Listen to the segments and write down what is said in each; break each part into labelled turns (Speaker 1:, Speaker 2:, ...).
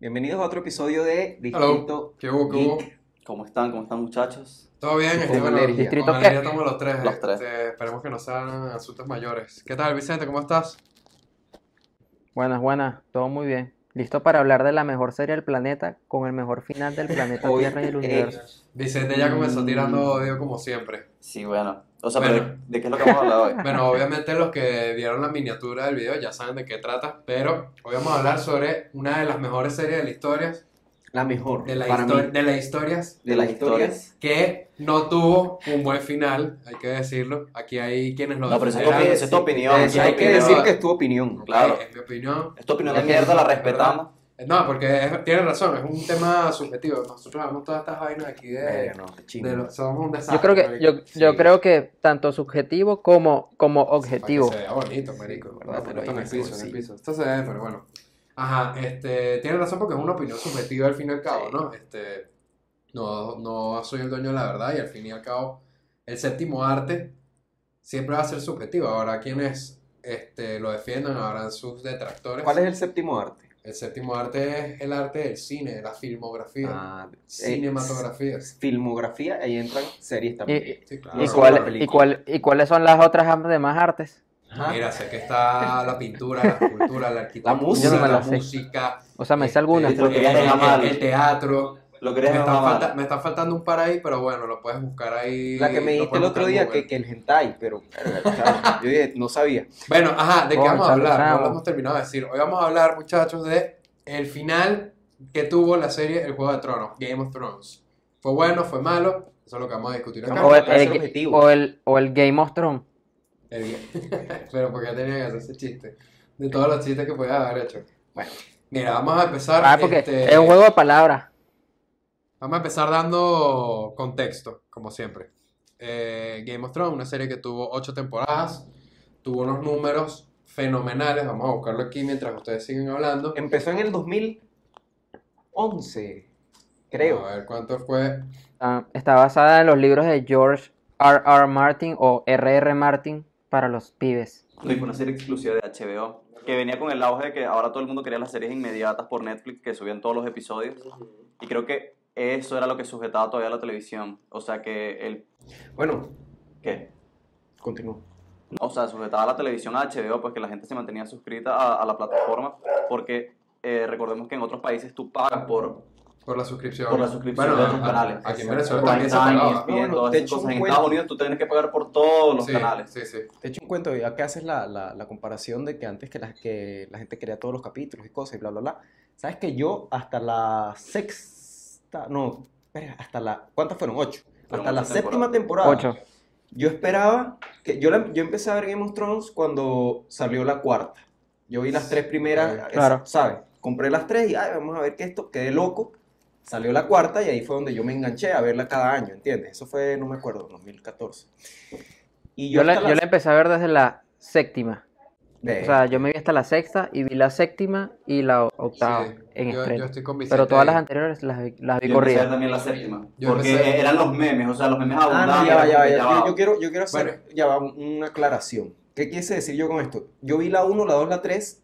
Speaker 1: Bienvenidos a otro episodio de Distrito
Speaker 2: ¿Qué hubo, qué hubo?
Speaker 1: Geek.
Speaker 3: ¿Cómo están? ¿Cómo están muchachos?
Speaker 2: ¿Todo bien? Este, bueno,
Speaker 1: alergia.
Speaker 2: con
Speaker 4: Distrito
Speaker 2: alegría
Speaker 4: G.
Speaker 2: estamos los tres.
Speaker 3: Los tres.
Speaker 2: este, esperemos que no sean asuntos mayores. ¿Qué tal, Vicente? ¿Cómo estás?
Speaker 4: Buenas, buenas, todo muy bien. Listo para hablar de la mejor serie del planeta con el mejor final del planeta
Speaker 1: Hoy,
Speaker 4: Tierra y el
Speaker 1: eh,
Speaker 4: universo.
Speaker 2: Vicente ya comenzó
Speaker 3: Mm.
Speaker 2: tirando odio como siempre.
Speaker 3: Sí, bueno. O sea,
Speaker 2: Bueno.
Speaker 3: pero ¿de, de qué es lo que vamos a hablar hoy?
Speaker 2: Bueno, obviamente los que vieron la miniatura del video ya saben de qué trata, pero hoy vamos a hablar sobre una de las mejores series de la historia,
Speaker 1: La mejor.
Speaker 2: de, la
Speaker 1: para mí.
Speaker 2: histo- de las historias,
Speaker 3: De las historias.
Speaker 2: que no tuvo un buen final, hay que decirlo. Aquí hay quienes lo
Speaker 3: No, pero esa es tu
Speaker 2: defenderán.
Speaker 3: opinión. esa es tu opinión,
Speaker 1: Eh,
Speaker 3: esa es
Speaker 1: hay
Speaker 3: tu
Speaker 1: que
Speaker 3: opinión.
Speaker 1: decir que es tu opinión.
Speaker 3: Claro.
Speaker 2: Es Eh, mi opinión.
Speaker 3: Es tu opinión de
Speaker 2: Es
Speaker 3: mierda,
Speaker 2: verdad,
Speaker 3: la
Speaker 2: es
Speaker 3: respetamos.
Speaker 2: No, porque es- tiene razón, es un tema subjetivo. Nosotros hablamos todas estas vainas aquí de,
Speaker 1: Verga, no, qué chingo.
Speaker 2: de lo- somos un desastre.
Speaker 4: Yo creo que,
Speaker 2: marico.
Speaker 4: yo,
Speaker 2: Sí.
Speaker 4: yo creo que tanto subjetivo como, como objetivo.
Speaker 2: Para que se vea bonito, marico.
Speaker 1: Sí,
Speaker 2: ¿verdad?
Speaker 1: verdad,
Speaker 2: Pero
Speaker 1: pero
Speaker 2: esto en
Speaker 1: ahí
Speaker 2: el
Speaker 1: en el
Speaker 2: piso, en el
Speaker 1: bolsillo.
Speaker 2: piso. Esto se ve, pero bueno. Ajá, este, tiene razón porque es una opinión subjetiva al fin y al cabo,
Speaker 1: Sí.
Speaker 2: ¿no? Este, no, no soy el dueño de la verdad y al fin y al cabo el séptimo arte siempre va a ser subjetivo. Ahora, quienes este, lo defiendan habrán sus detractores.
Speaker 1: ¿Cuál es el séptimo arte?
Speaker 2: El séptimo arte es el arte del cine, de la filmografía,
Speaker 1: Ah, eh,
Speaker 2: cinematografía.
Speaker 1: filmografía, ahí entran series
Speaker 4: Y,
Speaker 1: también.
Speaker 4: y,
Speaker 2: Sí, claro.
Speaker 4: y
Speaker 1: Eso,
Speaker 4: cuál-
Speaker 1: la
Speaker 4: y,
Speaker 1: película.
Speaker 4: cuál- ¿Y cuáles son las otras am- demás artes?
Speaker 1: Ajá.
Speaker 2: Mira, sé que está la pintura, la escultura, la arquitectura,
Speaker 1: La música. Yo
Speaker 4: no me
Speaker 2: la
Speaker 4: la sé.
Speaker 2: música,
Speaker 4: O sea,
Speaker 1: Eh,
Speaker 4: me sé
Speaker 2: este,
Speaker 4: alguna.
Speaker 3: Lo querías
Speaker 2: el-
Speaker 3: dejar
Speaker 2: el-
Speaker 3: mal.
Speaker 2: el teatro.
Speaker 3: Lo
Speaker 2: Me
Speaker 3: querías
Speaker 2: están,
Speaker 3: dejar mal.
Speaker 2: falta- me están faltando un par ahí, pero bueno, lo puedes buscar ahí.
Speaker 1: La que me
Speaker 2: lo
Speaker 1: dijiste el
Speaker 2: puedes
Speaker 1: otro
Speaker 2: buscar en
Speaker 1: día,
Speaker 2: Google.
Speaker 1: que, que el hentai, pero verga, chavo, yo dije, no sabía.
Speaker 2: Bueno, ajá, ¿de qué
Speaker 4: Oh,
Speaker 2: vamos a
Speaker 4: chamo,
Speaker 2: hablar? No
Speaker 4: chamo.
Speaker 2: lo hemos terminado de decir. Hoy vamos a hablar, muchachos, de el final que tuvo la serie El Juego de Tronos, Game of Thrones. ¿Fue bueno? ¿Fue malo? Eso es lo que vamos a discutir acá.
Speaker 1: Vamos
Speaker 4: O
Speaker 1: a eh,
Speaker 4: el,
Speaker 1: tratar de ser
Speaker 4: el-
Speaker 1: objetivo.
Speaker 4: o, el, o el Game of Thrones.
Speaker 2: El- Pero porque tenía que hacer ese chiste. De todos los chistes que podías haber hecho. Bueno, mira, vamos a empezar.
Speaker 4: Ah, porque
Speaker 2: este,
Speaker 4: es un juego de palabras.
Speaker 2: Vamos a empezar dando contexto, como siempre. Eh, Game of Thrones, una serie que tuvo ocho temporadas, tuvo unos números fenomenales. Vamos a buscarlo aquí mientras ustedes siguen hablando.
Speaker 1: Empezó en el 2011, creo.
Speaker 2: A ver cuánto fue.
Speaker 4: Ah, está basada en los libros de George R.R. Martin o R.R. Martin para los pibes.
Speaker 3: Lo hizo una serie exclusiva de HBO. Que venía con el auge de que ahora todo el mundo quería las series inmediatas por Netflix, que subían todos los episodios. Y creo que eso era lo que sujetaba todavía la televisión. O sea, que el.
Speaker 1: Bueno,
Speaker 3: ¿Qué?
Speaker 1: continúo.
Speaker 3: O sea, sujetaba la televisión a HBO, pues que la gente se mantenía suscrita a, a la plataforma, porque eh, recordemos que en otros países tú pagas por,
Speaker 2: Por la suscripción.
Speaker 3: por la suscripción
Speaker 2: Bueno,
Speaker 3: de otros
Speaker 2: a-
Speaker 3: canales.
Speaker 2: Aquí en
Speaker 1: Exacto.
Speaker 2: Venezuela
Speaker 3: Prime
Speaker 2: también se
Speaker 3: Time,
Speaker 2: pagaba.
Speaker 1: bien.
Speaker 3: ESPN,
Speaker 1: No, no,
Speaker 3: todas
Speaker 1: te
Speaker 3: esas
Speaker 1: echo un
Speaker 3: cosas. En
Speaker 1: cuento.
Speaker 3: Estados Unidos tú tienes que pagar por todos los
Speaker 2: Sí,
Speaker 3: canales.
Speaker 2: sí, sí.
Speaker 1: Te echo un cuento, ya que haces la, la, la comparación de que antes que la, que la gente quería todos los capítulos y cosas y bla, bla, bla. ¿Sabes que yo hasta la sexta, no, espera, hasta la, ¿cuántas fueron? Ocho.
Speaker 3: Fueron
Speaker 1: hasta la
Speaker 3: ocho
Speaker 1: séptima
Speaker 3: temporadas.
Speaker 1: temporada.
Speaker 4: Ocho.
Speaker 1: Yo esperaba, que yo, la- yo empecé a ver Game of Thrones cuando salió la cuarta. Yo vi las tres primeras,
Speaker 4: Claro.
Speaker 1: esa- ¿sabes? Compré las tres y, ay, vamos a ver que esto, quedé loco. Salió la cuarta y ahí fue donde yo me enganché a verla cada año, ¿entiendes? Eso fue, no me acuerdo, 2014. Y yo
Speaker 4: Yo la,
Speaker 1: hasta
Speaker 4: yo
Speaker 1: la-
Speaker 4: la empecé a ver desde la séptima.
Speaker 1: Ve.
Speaker 2: Eh,
Speaker 4: O sea, yo me vi hasta la sexta y vi la séptima y la o- octava
Speaker 2: Sí.
Speaker 4: en
Speaker 2: Yo, yo
Speaker 4: estreno.
Speaker 2: estoy con Vicente
Speaker 4: Pero todas
Speaker 2: ahí.
Speaker 4: las anteriores las vi, las vi
Speaker 3: Yo empecé a ver
Speaker 4: corridas.
Speaker 3: también la séptima.
Speaker 2: Yo
Speaker 3: porque
Speaker 2: empecé-
Speaker 3: eran los memes, o sea, los memes
Speaker 1: Ah,
Speaker 3: abundaban.
Speaker 1: no, ya va, ya va, ya
Speaker 3: ya
Speaker 1: va.
Speaker 3: va.
Speaker 1: Yo, yo quiero, yo quiero hacer
Speaker 2: Bueno.
Speaker 1: ya va, un- una aclaración. ¿Qué quise decir yo con esto? Yo vi la 1, la 2, la 3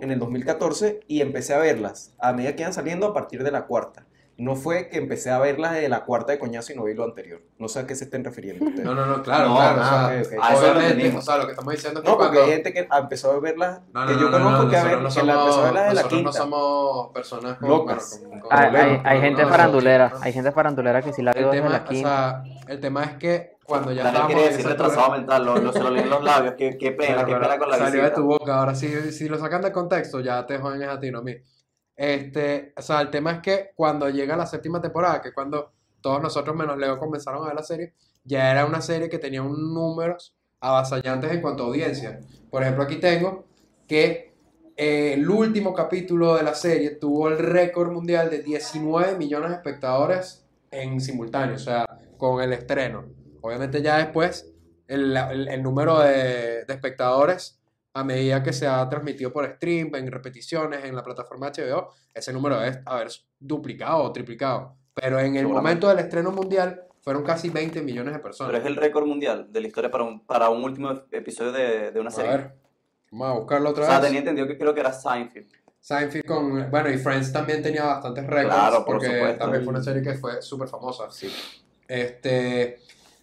Speaker 1: en el 2014 y empecé a verlas a medida que iban saliendo a partir de la cuarta. No fue que empecé a verlas de la cuarta de coñazo y no vi lo anterior. No sé a qué se estén refiriendo ustedes.
Speaker 2: No, no, no, claro,
Speaker 3: No,
Speaker 1: ah,
Speaker 2: claro. o sea,
Speaker 1: ok, ok.
Speaker 3: Ah, eso lo
Speaker 2: obviamente,
Speaker 3: entendimos.
Speaker 2: o sea, lo que estamos diciendo es que
Speaker 1: No, porque
Speaker 2: cuando-
Speaker 1: hay gente que empezó a verlas,
Speaker 2: No, no,
Speaker 1: que
Speaker 2: no,
Speaker 1: yo
Speaker 2: no, no,
Speaker 1: conozco que, a ver,
Speaker 2: nosotros
Speaker 1: que la
Speaker 2: no
Speaker 1: empezó a
Speaker 2: somos-
Speaker 1: verlas de la
Speaker 2: nosotros no
Speaker 1: quinta.
Speaker 2: somos personas con-
Speaker 1: Locas.
Speaker 2: bueno, con- con
Speaker 4: Hay,
Speaker 2: problemas,
Speaker 4: hay- hay
Speaker 2: pero
Speaker 4: gente
Speaker 2: no,
Speaker 4: farandulera,
Speaker 2: nosotros-
Speaker 4: hay gente farandulera que sí la vio
Speaker 2: El
Speaker 4: desde
Speaker 2: tema,
Speaker 4: la
Speaker 2: o
Speaker 4: quinta.
Speaker 2: sea, el tema es que cuando ya
Speaker 3: La gente
Speaker 2: estábamos
Speaker 3: quiere
Speaker 2: en
Speaker 3: decir
Speaker 2: esa
Speaker 3: retrasado
Speaker 2: altura-
Speaker 3: mental, lo, lo- se lo leen los labios, qué, qué pena,
Speaker 2: Claro,
Speaker 3: qué
Speaker 2: pero
Speaker 3: pena con la
Speaker 2: salió de
Speaker 3: visita.
Speaker 2: tu boca, ahora sí, si lo sacan de contexto, ya te joden a ti, no a mí. Este, o sea, el tema es que cuando llega la séptima temporada, que es cuando todos nosotros menos Leo comenzaron a ver la serie, ya era una serie que tenía unos números avasallantes en cuanto a audiencia. Por ejemplo, aquí tengo que eh, el último capítulo de la serie tuvo el récord mundial de 19 millones de espectadores en simultáneo, o sea, con el estreno. Obviamente ya después el, el- el número de, de espectadores a medida que se ha transmitido por stream, en repeticiones, en la plataforma HBO, ese número es haber duplicado o triplicado. Pero en el
Speaker 3: Seguramente.
Speaker 2: momento del estreno mundial fueron casi 20 millones de personas.
Speaker 3: Pero es el récord mundial de la historia para un, para un último episodio de, de una
Speaker 2: a
Speaker 3: serie.
Speaker 2: ver, vamos a buscarlo
Speaker 3: O
Speaker 2: otra
Speaker 3: sea,
Speaker 2: vez.
Speaker 3: tenía entendido que creo que era Seinfeld.
Speaker 2: Seinfeld con. Bueno, y Friends también tenía bastantes récords.
Speaker 3: Claro, por
Speaker 2: porque
Speaker 3: supuesto.
Speaker 2: también fue una serie que fue súper famosa. Sí. Este.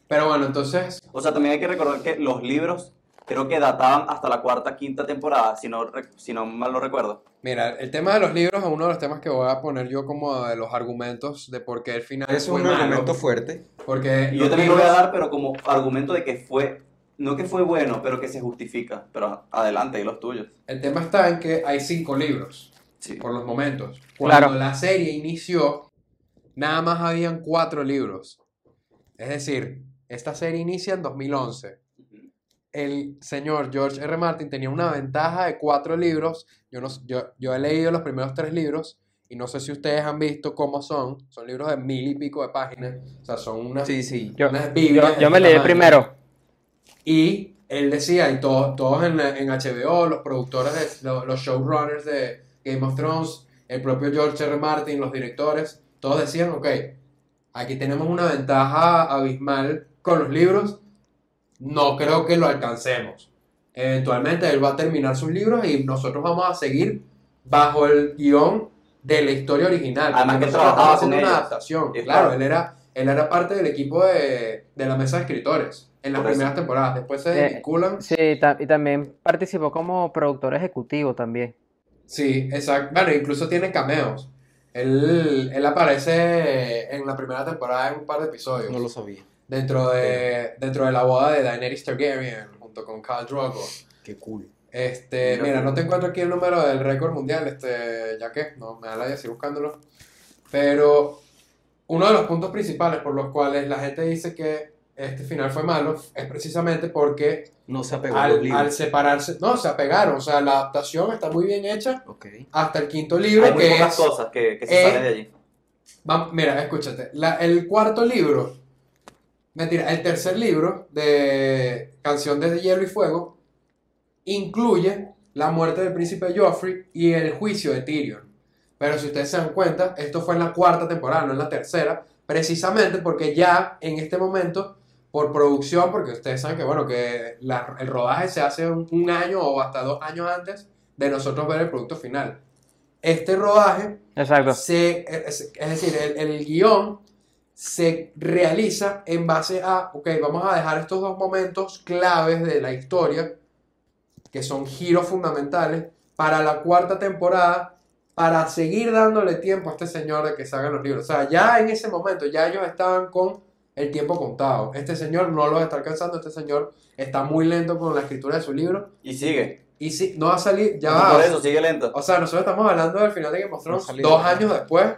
Speaker 2: Pero bueno, entonces.
Speaker 3: O sea, también hay que recordar que los libros creo que databan hasta la cuarta, quinta temporada, si no, rec- si no mal lo recuerdo.
Speaker 2: Mira, el tema de los libros es uno de los temas que voy a poner yo como de los argumentos de por qué el final
Speaker 1: Es
Speaker 2: fue
Speaker 1: un
Speaker 2: malo.
Speaker 1: argumento fuerte.
Speaker 2: Porque
Speaker 3: Y yo
Speaker 2: los
Speaker 3: también lo voy a
Speaker 2: libros-
Speaker 3: dar, pero como argumento de que fue, no que fue bueno, pero que se justifica. Pero adelante, y los tuyos.
Speaker 2: El tema está en que hay cinco libros,
Speaker 3: Sí.
Speaker 2: por los momentos. Cuando
Speaker 4: Claro.
Speaker 2: la serie inició, nada más habían cuatro libros. Es decir, esta serie inicia en 2011. El señor George R. Martin tenía una ventaja de cuatro libros. Yo, no, s- yo, yo he leído los primeros tres libros y no sé si ustedes han visto cómo son. Son libros de mil y pico de páginas. O sea, son unas,
Speaker 1: Sí, sí.
Speaker 4: Yo,
Speaker 2: unas
Speaker 4: yo,
Speaker 2: Biblias de
Speaker 4: yo me
Speaker 2: este
Speaker 4: leí el
Speaker 2: tamaño.
Speaker 4: primero.
Speaker 2: Y él decía, y todos, todos en, en HBO, los productores, de, lo- los, showrunners de Game of Thrones, el propio George R. Martin, los directores, todos decían, ok, aquí tenemos una ventaja abismal con los libros, no creo que lo alcancemos. Eventualmente él va a terminar sus libros y nosotros vamos a seguir bajo el guión de la historia original.
Speaker 3: Además
Speaker 2: porque
Speaker 3: que
Speaker 2: nosotros
Speaker 3: trabajaba
Speaker 2: estamos haciendo
Speaker 3: con
Speaker 2: una
Speaker 3: ellos.
Speaker 2: adaptación.
Speaker 3: Es
Speaker 2: Claro,
Speaker 3: claro.
Speaker 2: él era, él era parte del equipo de, de la mesa de escritores en las
Speaker 3: Por eso.
Speaker 2: primeras temporadas. Después se
Speaker 4: Eh,
Speaker 2: desvinculan.
Speaker 4: Sí, y ta- y también participó como productor ejecutivo también.
Speaker 2: Sí, exacto. Bueno, incluso tiene cameos. Él, él aparece en la primera temporada en un par de episodios.
Speaker 1: No lo sabía.
Speaker 2: Dentro de, dentro de la boda de Daenerys Targaryen, junto con Khal Drogo.
Speaker 1: Qué cool.
Speaker 2: Este,
Speaker 3: Mira.
Speaker 2: mira, no te encuentro aquí el número del récord mundial, este, ya que no me da la idea de seguir buscándolo. Pero uno de los puntos principales por los cuales la gente dice que este final fue malo es precisamente porque
Speaker 1: No se apegó a los
Speaker 2: al,
Speaker 1: libros.
Speaker 2: al separarse, no, se apegaron, o sea, la adaptación está muy bien hecha
Speaker 1: Ok.
Speaker 2: hasta el quinto
Speaker 3: Hay
Speaker 2: libro,
Speaker 3: muy
Speaker 2: que
Speaker 3: pocas
Speaker 2: es,
Speaker 3: cosas que, que se
Speaker 2: eh,
Speaker 3: salen de allí.
Speaker 2: Vam- mira, escúchate. la- el cuarto libro, mentira, el tercer libro de Canción de Hielo y Fuego incluye la muerte del príncipe Joffrey y el juicio de Tyrion. Pero si ustedes se dan cuenta, esto fue en la cuarta temporada, no en la tercera, precisamente porque ya en este momento, por producción, porque ustedes saben que bueno, que la- el rodaje se hace un- un año o hasta dos años antes de nosotros ver el producto final. Este rodaje
Speaker 4: Exacto.
Speaker 2: se- es, es decir, el, el guión se realiza en base a, ok, vamos a dejar estos dos momentos claves de la historia, que son giros fundamentales, para la cuarta temporada, para seguir dándole tiempo a este señor de que salgan los libros. O sea, ya en ese momento, ya ellos estaban con el tiempo contado. Este señor no lo está alcanzando, este señor está muy lento con la escritura de su libro.
Speaker 3: Y sigue.
Speaker 2: Y si no va a salir, ya va.
Speaker 3: Por eso sigue lento.
Speaker 2: O sea, nosotros estamos hablando del final de Game of Thrones
Speaker 1: No salió.
Speaker 2: dos años después